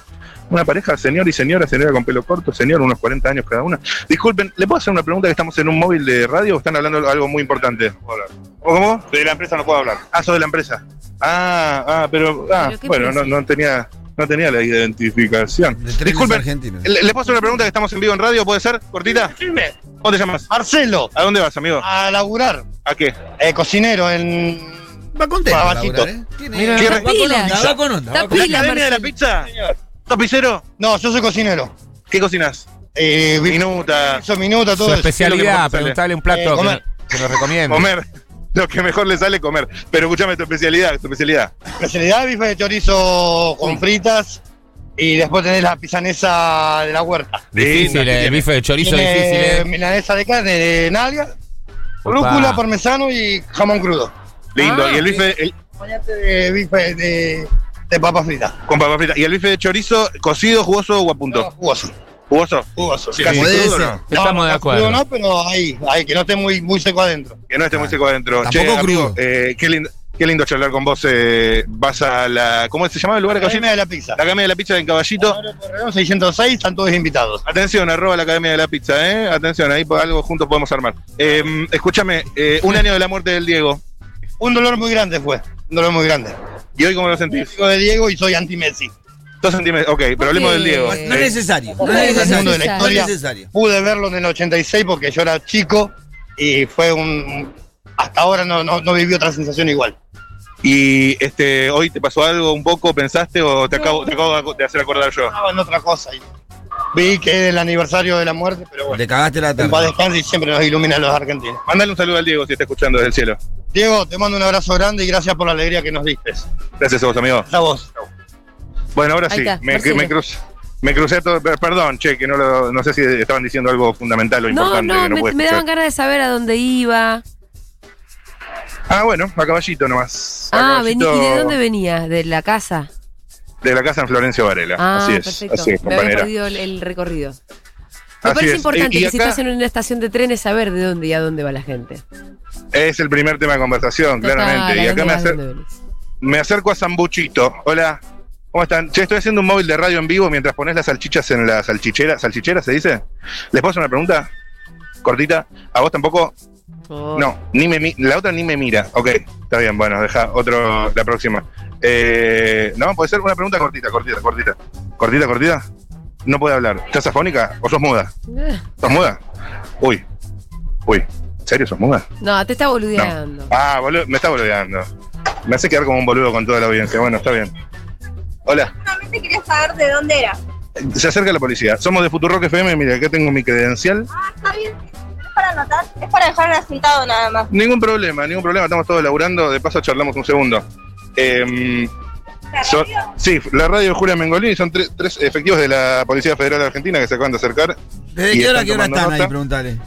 Speaker 5: Una pareja, señor y señora, señora con pelo corto, señor, unos 40 años cada una. Disculpen, ¿le puedo hacer una pregunta que estamos en un móvil de radio o están hablando algo muy importante? ¿O cómo? De la empresa no puedo hablar. Ah, soy de la empresa. Ah, ah, pero, ah,
Speaker 1: ¿Pero qué
Speaker 5: bueno, no,
Speaker 1: empresa?
Speaker 5: no tenía, no tenía la identificación.
Speaker 4: De trenes
Speaker 5: Disculpen,
Speaker 4: argentinos.
Speaker 5: le, le puedo hacer una pregunta que estamos en vivo en radio, ¿puede ser? Cortita.
Speaker 10: Dime,
Speaker 5: ¿Cómo te llamas?
Speaker 10: Marcelo,
Speaker 5: ¿A dónde vas, amigo?
Speaker 10: a laburar,
Speaker 5: ¿A qué?
Speaker 10: eh, cocinero en.
Speaker 4: Va contento.
Speaker 10: Va
Speaker 4: a
Speaker 10: bajito.
Speaker 4: laburar, ¿eh? Tiene-
Speaker 3: Mira,
Speaker 4: va
Speaker 1: Está
Speaker 4: con
Speaker 1: pila.
Speaker 4: onda, va con onda. va
Speaker 1: Está
Speaker 4: con onda.
Speaker 1: pila, Marcelo.
Speaker 5: pizza? ¿Tapicero?
Speaker 10: No, yo soy cocinero.
Speaker 5: ¿Qué cocinas?
Speaker 10: Eh, vi-
Speaker 5: Minuta.
Speaker 10: Eso, minuta,
Speaker 3: Su
Speaker 10: todo eso.
Speaker 3: especialidad,
Speaker 5: Sí, lo que mejor
Speaker 3: preguntale un plato
Speaker 10: Eh,
Speaker 3: que
Speaker 10: comer.
Speaker 3: nos- que, nos recomiende.
Speaker 5: Comer. Lo que mejor le sale comer. Pero escúchame tu especialidad, tu especialidad.
Speaker 10: Especialidad, bife de chorizo con fritas. Y después tenés la pisanesa de la huerta.
Speaker 3: Difícil,
Speaker 5: Linda,
Speaker 3: eh, el
Speaker 5: tiene.
Speaker 3: bife de chorizo
Speaker 10: Tiene
Speaker 3: difícil, eh.
Speaker 10: Milanesa de carne, de nalga,
Speaker 3: Opa.
Speaker 10: rúcula, parmesano y jamón crudo.
Speaker 5: Lindo.
Speaker 1: Ah,
Speaker 5: y el bife el-
Speaker 10: Acompañante de bife de, de papa frita.
Speaker 5: con papa frita. ¿Y el bife de chorizo cocido, jugoso o a punto?
Speaker 10: No, jugoso.
Speaker 5: Jugoso.
Speaker 10: Jugoso.
Speaker 5: Sí,
Speaker 4: Como
Speaker 5: casi
Speaker 4: debe
Speaker 5: crudo,
Speaker 4: ser.
Speaker 5: ¿no?
Speaker 3: Estamos de
Speaker 10: casi
Speaker 3: acuerdo.
Speaker 10: crudo No, pero ahí, ahí, que no esté muy, muy seco adentro.
Speaker 5: Que no esté
Speaker 10: Ah.
Speaker 5: muy seco adentro.
Speaker 4: Tampoco crudo.
Speaker 5: eh, qué, lindo, qué lindo charlar con vos. eh, vas a la. ¿Cómo se llamaba el lugar de
Speaker 10: La
Speaker 5: cocina?
Speaker 10: de la pizza.
Speaker 5: La Academia de la Pizza en Caballito.
Speaker 10: Ahora Corredor 606, están todos invitados.
Speaker 5: Atención, arroba la Academia de la Pizza, ¿eh? Atención, ahí por algo juntos podemos armar. Eh, escúchame, eh, un año de la muerte del Diego.
Speaker 10: Un dolor muy grande fue, un dolor muy grande.
Speaker 5: ¿Y hoy cómo lo
Speaker 10: Yo
Speaker 5: sentís?
Speaker 10: Soy de Diego y soy anti-Messi.
Speaker 5: Dos centímetros. Ok, pero hablemos del Diego. Eh,
Speaker 4: No es necesario. No
Speaker 1: Bueno,
Speaker 4: es
Speaker 10: el mundo de la
Speaker 4: necesario. No
Speaker 10: historia.
Speaker 4: es necesario.
Speaker 10: Pude verlo en el 86 porque yo era chico y fue un... Hasta ahora no, no, no viví otra sensación igual.
Speaker 5: ¿Y este, hoy te pasó algo un poco? ¿Pensaste o te acabo, te acabo de hacer acordar yo?
Speaker 10: Estaba en otra cosa. y vi que era el aniversario de la muerte, pero bueno.
Speaker 4: Te cagaste la
Speaker 10: En paz
Speaker 4: tarde.
Speaker 10: descanse y siempre nos ilumina a los argentinos.
Speaker 5: Mándale un saludo al Diego si está escuchando desde el cielo.
Speaker 10: Diego, te mando un abrazo grande y gracias por la alegría que nos diste.
Speaker 5: Gracias a vos, amigo.
Speaker 10: A vos.
Speaker 5: Bueno, ahora
Speaker 1: Ahí
Speaker 5: sí,
Speaker 1: está,
Speaker 5: me,
Speaker 1: Marcelo.
Speaker 5: me crucé. Me crucé todo, per- perdón, che, que no, lo- no sé si estaban diciendo algo fundamental o
Speaker 1: No, no,
Speaker 5: importante. que no
Speaker 1: me,
Speaker 5: pude
Speaker 1: me
Speaker 5: escuchar.
Speaker 1: daban ganas de saber a dónde iba.
Speaker 5: Ah, bueno, a caballito nomás. A
Speaker 1: Ah, vení,
Speaker 5: Caballito
Speaker 1: ¿y de dónde venía? ¿De la casa?
Speaker 5: De la casa en Florencio Varela.
Speaker 1: Ah,
Speaker 5: así es,
Speaker 1: perfecto.
Speaker 5: así es,
Speaker 1: Me había
Speaker 5: compañera.
Speaker 1: perdido el, el recorrido. Me
Speaker 5: Así
Speaker 1: parece
Speaker 5: es.
Speaker 1: importante
Speaker 5: Y- y
Speaker 1: que si
Speaker 5: acá-
Speaker 1: estás en una estación de trenes saber de dónde y a dónde va la gente.
Speaker 5: Es el primer tema de conversación,
Speaker 1: Total,
Speaker 5: claramente.
Speaker 1: ¿a
Speaker 5: Y
Speaker 1: dónde
Speaker 5: acá me,
Speaker 1: vas,
Speaker 5: acer-
Speaker 1: dónde venís?
Speaker 5: me acerco a Zambuchito. Hola. ¿Cómo están? Che, estoy haciendo un móvil de radio en vivo mientras pones las salchichas en la salchichera. ¿Salchichera se dice? ¿Les puedo hacer una pregunta? Cortita. ¿A vos tampoco?
Speaker 1: Oh.
Speaker 5: No, ni me mi- la otra ni me mira. Ok, está bien, bueno, deja otro, la próxima. Eh, no, puede ser una pregunta cortita, cortita, cortita. Cortita, cortita. No puede hablar. ¿Estás afónica o sos muda? ¿Sos muda? Uy. Uy. ¿En serio sos muda?
Speaker 1: No, te está boludeando.
Speaker 5: Ah, boludo, me está boludeando. Me hace quedar como un boludo con toda la audiencia. Bueno, está bien. Hola.
Speaker 11: Solamente quería saber de dónde era.
Speaker 5: Se acerca la policía. Somos de Futurock FM. Mira, acá tengo mi credencial.
Speaker 11: Ah, está bien. Es para anotar, es para dejarlo asentado nada más.
Speaker 5: Ningún problema, ningún problema. Estamos todos laburando. De paso, charlamos un segundo. Em, so- sí, la radio de Julia Mengolini son tre- tres efectivos de la Policía Federal Argentina que se acaban de acercar.
Speaker 4: ¿Desde
Speaker 5: y
Speaker 4: qué hora, qué hora
Speaker 5: tomando
Speaker 4: están ahí?
Speaker 5: nota.
Speaker 4: Preguntale.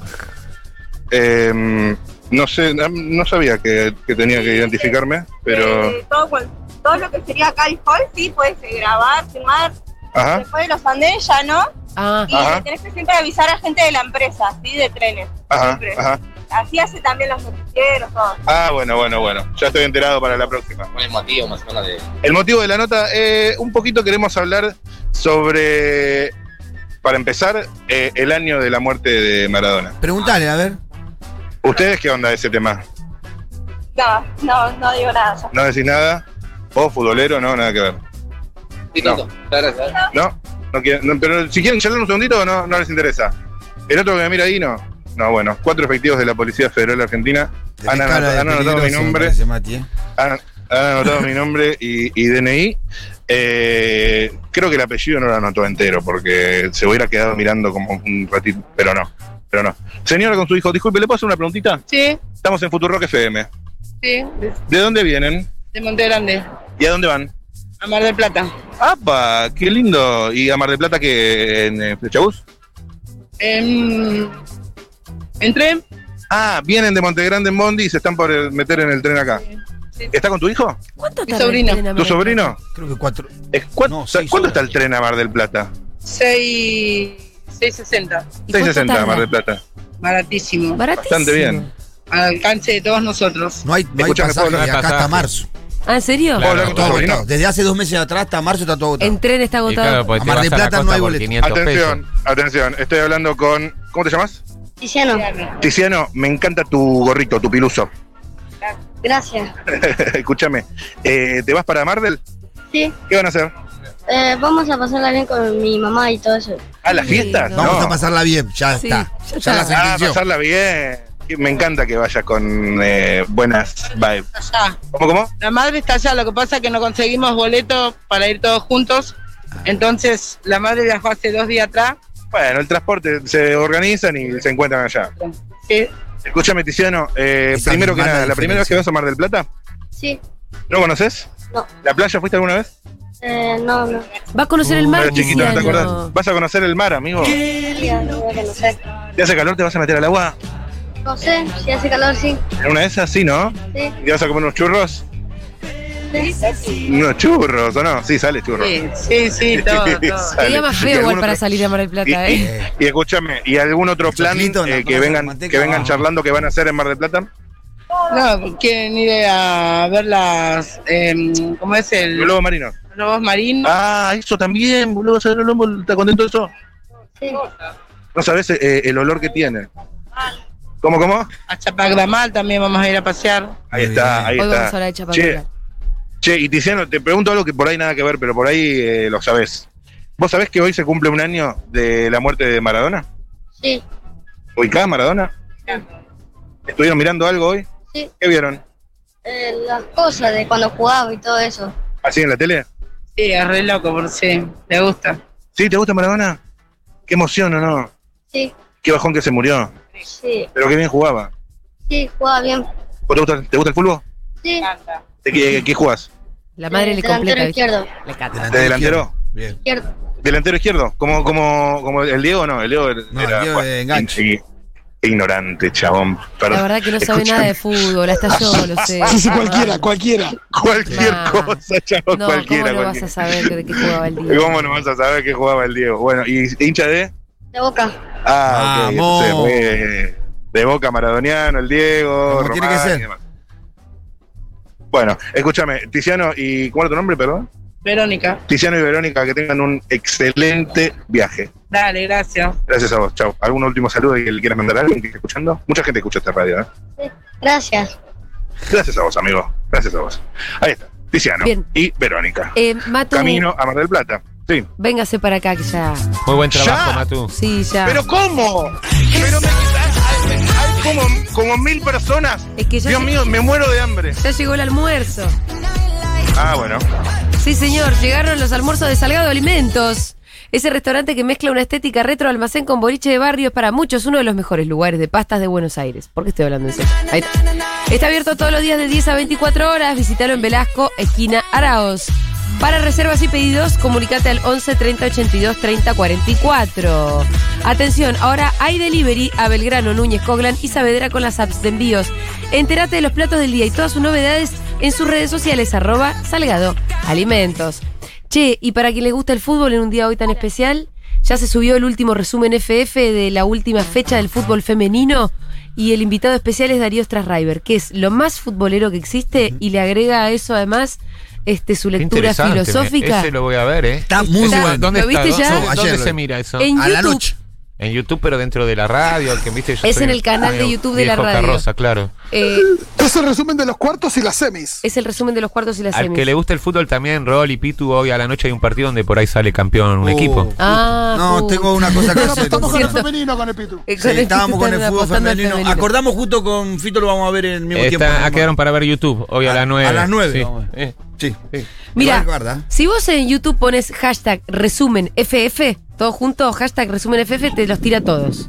Speaker 5: Em, no sé, no sabía que, que tenía que identificarme, pero.
Speaker 11: Eh, todo, cual- todo lo que sería acá el hall, sí, puedes eh, grabar, filmar.
Speaker 5: Ajá.
Speaker 11: Después de los Andes ya no.
Speaker 1: Ah.
Speaker 11: Y
Speaker 5: Ajá.
Speaker 11: le tenés que siempre avisar a gente de la empresa, ¿sí? De trenes.
Speaker 5: Ajá,
Speaker 11: Siempre.
Speaker 5: ajá.
Speaker 11: Así hace también los noticieros, todo.
Speaker 5: Ah, bueno, bueno, bueno. Ya estoy enterado para la próxima.
Speaker 12: ¿Cuál es el motivo más o menos de.?
Speaker 5: El motivo de la nota, eh, un poquito queremos hablar sobre, para empezar, eh, el año de la muerte de Maradona.
Speaker 4: Preguntale, a ver.
Speaker 5: ¿Ustedes qué onda de ese tema?
Speaker 11: No, no, no digo nada. ya.
Speaker 5: ¿No decís nada? ¿Vos, futbolero? No, nada que ver. No, no, no quieren- no, pero si quieren charlar un segundito, no, no les interesa. El otro que me mira ahí, no. No, bueno, cuatro efectivos de la Policía Federal Argentina han
Speaker 4: Tenés cara
Speaker 5: anota-
Speaker 4: de
Speaker 5: han anotado mi
Speaker 4: peligroso, me
Speaker 5: nombre.
Speaker 4: parece, Mati, ¿eh?
Speaker 5: Han, han anotado mi nombre y, y DNI. Eh, creo que el apellido no lo anotó entero porque se hubiera quedado mirando como un ratito, pero no. Pero no. Señora con su hijo, disculpe, ¿le puedo hacer una preguntita?
Speaker 13: Sí,
Speaker 5: Estamos en Futurock FM.
Speaker 13: sí, de,
Speaker 5: ¿De dónde vienen?
Speaker 13: de Monte Grande,
Speaker 5: ¿Y a dónde van?
Speaker 13: a Mar del Plata.
Speaker 5: ¡Apa! ¡Qué lindo! ¿Y a Mar del Plata que en eh, Chabús?
Speaker 13: Em, entré,
Speaker 5: Ah, vienen de Montegrande en Bondi y se están por eh, meter en el tren acá. ¿Está con tu hijo?
Speaker 1: ¿Cuánto
Speaker 13: mi sobrino,
Speaker 5: ¿Tu sobrino?
Speaker 4: Creo que cuatro.
Speaker 5: Es cua- ¿Cuánto está el tren a Mar del Plata?
Speaker 13: 6, 660,
Speaker 5: 660 a Mar del Plata.
Speaker 13: baratísimo.
Speaker 5: Bastante bien.
Speaker 13: Al alcance de todos nosotros.
Speaker 4: No hay, no hay
Speaker 5: Escuchame,
Speaker 4: pasaje de
Speaker 5: Pablo, no hay
Speaker 4: acá
Speaker 5: pasaje.
Speaker 4: hasta marzo.
Speaker 1: Ah, ¿en serio?
Speaker 4: Claro,
Speaker 5: hablar con
Speaker 4: todo
Speaker 5: tu sobrino?
Speaker 4: agotado. Desde hace dos meses atrás hasta marzo está todo agotado.
Speaker 1: En tren está agotado.
Speaker 4: a Mar del Plata no hay boleto.
Speaker 5: Atención, atención. Estoy hablando con. ¿Cómo te llamas?
Speaker 11: Y ya no.
Speaker 5: Tiziano, me encanta tu gorrito, tu piluso.
Speaker 11: Gracias.
Speaker 5: Escúchame. eh, ¿Te vas para Mar del?
Speaker 11: Sí. Eh,
Speaker 5: ¿Qué van a hacer?
Speaker 11: vamos a pasarla bien con mi mamá y todo eso.
Speaker 5: ¿A las fiestas?
Speaker 4: No, Vamos a pasarla bien, ya
Speaker 11: Sí,
Speaker 4: está.
Speaker 11: ya
Speaker 4: Ya,
Speaker 11: está.
Speaker 4: la
Speaker 5: Ah,
Speaker 4: sentenció.
Speaker 5: pasarla bien. Me encanta que vayas con eh, buenas vibes.
Speaker 13: Allá.
Speaker 5: ¿Cómo, cómo?
Speaker 13: La madre está allá, lo que pasa es que no conseguimos boleto para ir todos juntos. Entonces, la madre viajó hace dos días atrás.
Speaker 5: Bueno, el transporte se organizan y se encuentran allá.
Speaker 13: Sí,
Speaker 5: Escúchame, Tiziano, eh,
Speaker 4: Esa
Speaker 5: primero que
Speaker 4: mala
Speaker 5: nada, ¿la
Speaker 4: diferencia.
Speaker 5: primera vez que vas a Mar del Plata?
Speaker 11: Sí.
Speaker 5: ¿No conoces?
Speaker 11: No.
Speaker 5: ¿La playa fuiste alguna vez?
Speaker 11: no, no.
Speaker 1: Va a conocer el este mar,
Speaker 5: Pero Uh, chiquito, ¿no te
Speaker 1: Tiziano.
Speaker 5: acordás? Vas a conocer el mar, amigo.
Speaker 11: No sé.
Speaker 5: ¿Te hace calor? ¿Te vas a meter al agua?
Speaker 11: No sé, si hace calor, sí.
Speaker 5: ¿En una de esas? Sí, ¿no?
Speaker 11: Sí.
Speaker 5: ¿Y vas a comer unos churros?
Speaker 11: Sí.
Speaker 5: Unos churros, ¿o no? Sí, sale churros.
Speaker 13: sí, sí, sí, todo, todo.
Speaker 5: Sale.
Speaker 1: Sería más
Speaker 5: Y
Speaker 1: feo igual
Speaker 5: alguno
Speaker 1: para
Speaker 5: otro-
Speaker 1: salir a Mar del Plata,
Speaker 5: y,
Speaker 1: ¿eh?
Speaker 5: y- y escúchame, ¿y algún otro plan
Speaker 4: choclito en la
Speaker 5: eh, que
Speaker 4: cosa, la
Speaker 5: vengan,
Speaker 4: manteca
Speaker 5: que vengan
Speaker 4: abajo.
Speaker 5: charlando que van a hacer en Mar del Plata?
Speaker 13: No, quieren ir a ver las. em, ¿Cómo es el.
Speaker 5: Los lobos marinos.
Speaker 13: Lobos marinos.
Speaker 5: Ah, eso también, boludo. ¿Sabés el lobo? ¿Estás contento de eso?
Speaker 11: Sí.
Speaker 5: No sabes eh, el olor que tiene. ¿Cómo, cómo?
Speaker 13: A Chapagdamal también vamos a ir a pasear.
Speaker 5: Ahí
Speaker 4: Muy
Speaker 5: está,
Speaker 4: bien.
Speaker 5: ahí
Speaker 1: Hoy
Speaker 5: está.
Speaker 1: vamos a hablar de Chapa
Speaker 5: che,
Speaker 1: Blanca.
Speaker 5: che, y Tiziano, te pregunto algo que por ahí nada que ver, pero por ahí eh, lo sabés. ¿Vos sabés que hoy se cumple un año de la muerte de Maradona?
Speaker 11: Sí.
Speaker 5: ¿Ubicás Maradona? ¿Estuvieron mirando algo hoy?
Speaker 11: Sí.
Speaker 5: ¿Qué vieron?
Speaker 11: Eh, las cosas de cuando jugaba y todo eso.
Speaker 5: ¿Así en la tele?
Speaker 13: Sí, es re loco, por sí. Le gusta.
Speaker 5: ¿Sí? ¿Te gusta Maradona? Qué emoción, ¿o no?
Speaker 11: Sí,
Speaker 5: Qué bajón que se murió.
Speaker 11: sí,
Speaker 5: Pero qué bien jugaba.
Speaker 11: sí, jugaba bien.
Speaker 5: ¿Vos te gusta, te gusta el fútbol?
Speaker 11: Sí.
Speaker 5: ¿De
Speaker 4: Mm.
Speaker 5: qué, qué jugás?
Speaker 1: La madre le
Speaker 11: delantero
Speaker 1: completa, ¿viste?
Speaker 11: izquierdo.
Speaker 1: Le canta.
Speaker 5: ¿De delantero?
Speaker 4: Bien.
Speaker 11: izquierdo.
Speaker 5: ¿Delantero izquierdo? ¿Como, como, como el Diego no? El Diego era.
Speaker 4: No, el Diego
Speaker 5: bueno,
Speaker 4: de enganche.
Speaker 5: in- Ignorante, chabón. Perdón.
Speaker 1: La verdad que no sabe
Speaker 5: Escuchame,
Speaker 1: nada de fútbol, hasta yo lo sé.
Speaker 2: Sí, sí, cualquiera, cualquiera.
Speaker 5: Cualquier
Speaker 1: Nah.
Speaker 5: cosa,
Speaker 1: No,
Speaker 5: chabón,
Speaker 1: ¿cómo
Speaker 5: cualquiera.
Speaker 1: no vas
Speaker 5: cualquiera.
Speaker 1: a saber de qué jugaba el día?
Speaker 5: ¿Cómo no vas a saber que jugaba el Diego? Bueno, ¿y hincha de?
Speaker 11: De boca.
Speaker 5: Ah, ok,
Speaker 4: Vamos.
Speaker 5: entonces, eh, de Boca Maradoniano, el Diego.
Speaker 4: Como tiene que
Speaker 5: Román y
Speaker 4: ser.
Speaker 5: demás. Bueno, escúchame, Tiziano, ¿y cuál es tu nombre, perdón?
Speaker 13: Verónica,
Speaker 5: Tiziano y Verónica, que tengan un excelente viaje.
Speaker 13: dale, gracias.
Speaker 5: Gracias a vos, chao. ¿Algún último saludo que le quieras mandar a alguien que esté escuchando? Mucha gente escucha esta radio, ¿eh?
Speaker 11: Gracias.
Speaker 5: Gracias a vos, amigo. Gracias a vos. Ahí está. Tiziano
Speaker 1: Bien.
Speaker 5: y Verónica.
Speaker 1: Eh, Matu,
Speaker 5: Camino a Mar del Plata. Sí.
Speaker 1: véngase para acá que ya.
Speaker 3: Muy buen trabajo,
Speaker 5: Ya.
Speaker 3: Matu.
Speaker 1: Sí, ya.
Speaker 5: ¿Pero cómo? Pero me- hay, hay como, como mil personas.
Speaker 1: Es que ya
Speaker 5: Dios
Speaker 1: se-
Speaker 5: mío, me muero de hambre.
Speaker 1: Ya llegó el almuerzo.
Speaker 5: Ah, bueno.
Speaker 1: Sí, señor, llegaron los almuerzos de Salgado Alimentos. Ese restaurante que mezcla una estética retro almacén con boliche de barrio es para muchos uno de los mejores lugares de pastas de Buenos Aires. ¿Por qué estoy hablando en serio? Ahí está. Está abierto todos los días de 10 a 24 horas. Visítalo en Velasco, esquina Araos. Para reservas y pedidos, comunícate al 11 30 82 30 44. Atención, ahora hay delivery a Belgrano, Núñez, Coglan y Saavedra con las apps de envíos. Entérate de los platos del día y todas sus novedades en sus redes sociales, arroba Salgado Alimentos. Che, y para quien les gusta el fútbol en un día hoy tan especial, ya se subió el último resumen FF de la última fecha del fútbol femenino y el invitado especial es Darío Strasraiber, que es lo más futbolero que existe y le agrega a eso además este, su
Speaker 3: Qué
Speaker 1: lectura
Speaker 3: interesante. me-
Speaker 1: filosófica.
Speaker 3: Ese lo voy a ver, ¿eh?
Speaker 4: Está muy
Speaker 1: Está-
Speaker 4: bueno.
Speaker 3: ¿Dónde
Speaker 1: ¿Lo
Speaker 3: está?
Speaker 1: viste ya?
Speaker 3: ¿Dónde,
Speaker 4: Ayer
Speaker 3: dónde
Speaker 4: lo
Speaker 3: se
Speaker 4: vi.
Speaker 3: mira eso?
Speaker 1: En
Speaker 4: a la
Speaker 1: YouTube.
Speaker 4: noche.
Speaker 3: En YouTube, pero dentro de la radio, que viste yo
Speaker 1: Es
Speaker 3: soy
Speaker 1: en el canal de
Speaker 3: medio
Speaker 1: YouTube de la
Speaker 3: viejo
Speaker 1: radio.
Speaker 3: Carroza, claro.
Speaker 1: Eh,
Speaker 2: Es el resumen de los cuartos y las semis.
Speaker 1: es el resumen de los cuartos y las
Speaker 3: Al que
Speaker 1: semis.
Speaker 3: le gusta el fútbol también, Rol y Pitu, hoy a la noche hay un partido donde por ahí sale campeón un
Speaker 4: Oh.
Speaker 3: equipo.
Speaker 1: Ah,
Speaker 4: No,
Speaker 1: ju-
Speaker 4: tengo una cosa que
Speaker 2: Pero
Speaker 4: hacer.
Speaker 2: apostamos con el
Speaker 1: Cierto.
Speaker 2: femenino con el Pitu.
Speaker 1: Eh,
Speaker 4: Sí,
Speaker 1: con el
Speaker 4: estábamos con el
Speaker 1: están
Speaker 4: fútbol
Speaker 1: apostando al
Speaker 4: femenino. Acordamos justo con Fito, lo vamos a ver en el mismo tiempo.
Speaker 3: Está, ah, quedaron para ver YouTube hoy a,
Speaker 4: A-
Speaker 3: las 9.
Speaker 4: a las nueve,
Speaker 3: Sí.
Speaker 4: vamos.
Speaker 3: Eh,
Speaker 4: Sí.
Speaker 3: sí.
Speaker 1: Mira,
Speaker 4: Igual guarda.
Speaker 1: si vos en YouTube pones hashtag resumen FF, todo junto, hashtag resumen FF, te los tira todos.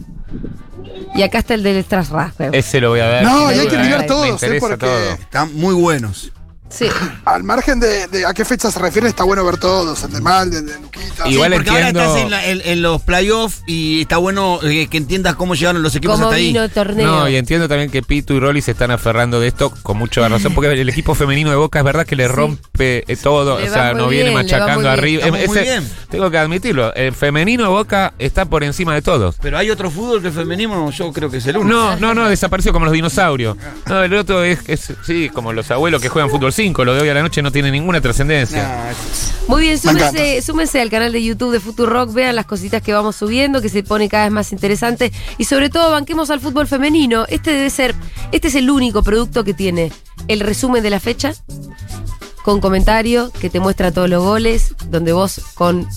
Speaker 1: Y acá está el del Strasraiber.
Speaker 3: Ese lo voy a ver.
Speaker 2: No,
Speaker 1: y hay que mirar
Speaker 3: Me
Speaker 2: todos, ¿eh?
Speaker 3: interesa
Speaker 2: Porque-
Speaker 3: todo.
Speaker 4: Están muy buenos.
Speaker 1: Sí.
Speaker 2: Al margen de, de a qué fecha se refiere, está bueno ver todos, el de Mal, el de Luquita.
Speaker 3: Igual
Speaker 4: porque
Speaker 3: entiendo-
Speaker 4: ahora estás en, la- en- en los playoffs y está bueno eh, que entiendas cómo llegaron los equipos
Speaker 1: Como
Speaker 4: hasta ahí.
Speaker 1: vino el torneo.
Speaker 3: No, y entiendo también que Pitu y Rolly se están aferrando de esto con mucha razón, porque el equipo femenino de Boca es verdad que le rompe eh, todo,
Speaker 1: Le
Speaker 3: o
Speaker 1: va
Speaker 3: sea,
Speaker 1: muy
Speaker 3: no viene
Speaker 1: bien, le va muy
Speaker 3: machacando
Speaker 1: bien.
Speaker 3: arriba.
Speaker 4: Estamos
Speaker 3: Eh,
Speaker 4: muy
Speaker 3: ese-
Speaker 4: bien.
Speaker 3: Tengo que admitirlo, el femenino de Boca está por encima de todos.
Speaker 4: Pero hay otro fútbol que el femenino yo creo que es el único.
Speaker 3: No, no, no, desapareció como los dinosaurios. No, el otro es, es- sí, como los abuelos que juegan fútbol 5, lo de hoy a la noche no tiene ninguna trascendencia.
Speaker 4: Nah, es-
Speaker 1: Muy bien, súmense,
Speaker 2: encanta.
Speaker 1: súmense al canal de YouTube de Futurock, vean las cositas que vamos subiendo, que se pone cada vez más interesante. Y sobre todo, banquemos al fútbol femenino. Este debe ser, este es el único producto que tiene el resumen de la fecha, con comentario, que te muestra todos los goles, donde vos con.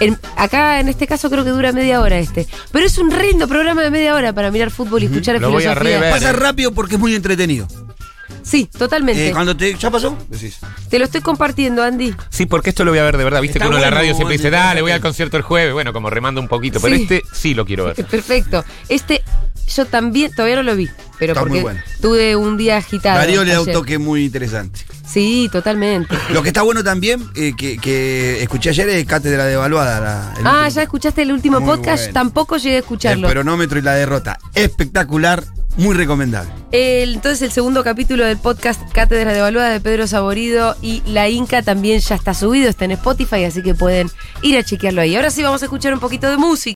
Speaker 1: en- acá en este caso creo que dura media hora este. Pero es un lindo programa de media hora para mirar fútbol y escuchar
Speaker 3: lo voy a
Speaker 1: filosofía.
Speaker 3: rever.
Speaker 4: Pasa rápido porque es muy entretenido.
Speaker 1: sí, totalmente.
Speaker 4: Eh, cuando te, ¿Ya pasó? Decís.
Speaker 1: Te lo estoy compartiendo, Andy.
Speaker 3: Sí, porque esto lo voy a ver de verdad. Viste
Speaker 4: Está
Speaker 3: que uno en la
Speaker 4: bueno,
Speaker 3: radio siempre
Speaker 4: Andy,
Speaker 3: dice,
Speaker 4: está
Speaker 3: dale, voy
Speaker 4: bueno.
Speaker 3: al concierto el jueves. Bueno, como remando un poquito, pero
Speaker 1: Sí.
Speaker 3: este sí lo quiero ver.
Speaker 1: Eh, Perfecto. Este yo también, todavía no lo vi, pero
Speaker 4: Está muy
Speaker 1: porque
Speaker 4: bueno.
Speaker 1: tuve un día agitado.
Speaker 4: Darío le da un
Speaker 1: ayer.
Speaker 4: toque muy interesante.
Speaker 1: Sí, totalmente.
Speaker 4: Lo que está bueno también, eh, que, que escuché ayer, es Cátedra Devaluada. la- el
Speaker 1: Ah,
Speaker 4: último.
Speaker 1: ya escuchaste el último
Speaker 4: Muy
Speaker 1: podcast,
Speaker 4: bueno.
Speaker 1: tampoco llegué a escucharlo.
Speaker 4: El peronómetro y la derrota. Espectacular, muy recomendable.
Speaker 1: El- entonces el segundo capítulo del podcast Cátedra de Evaluada de Pedro Saborido y La Inca también ya está subido, está en Spotify, así que pueden ir a chequearlo ahí. Ahora sí vamos a escuchar un poquito de música.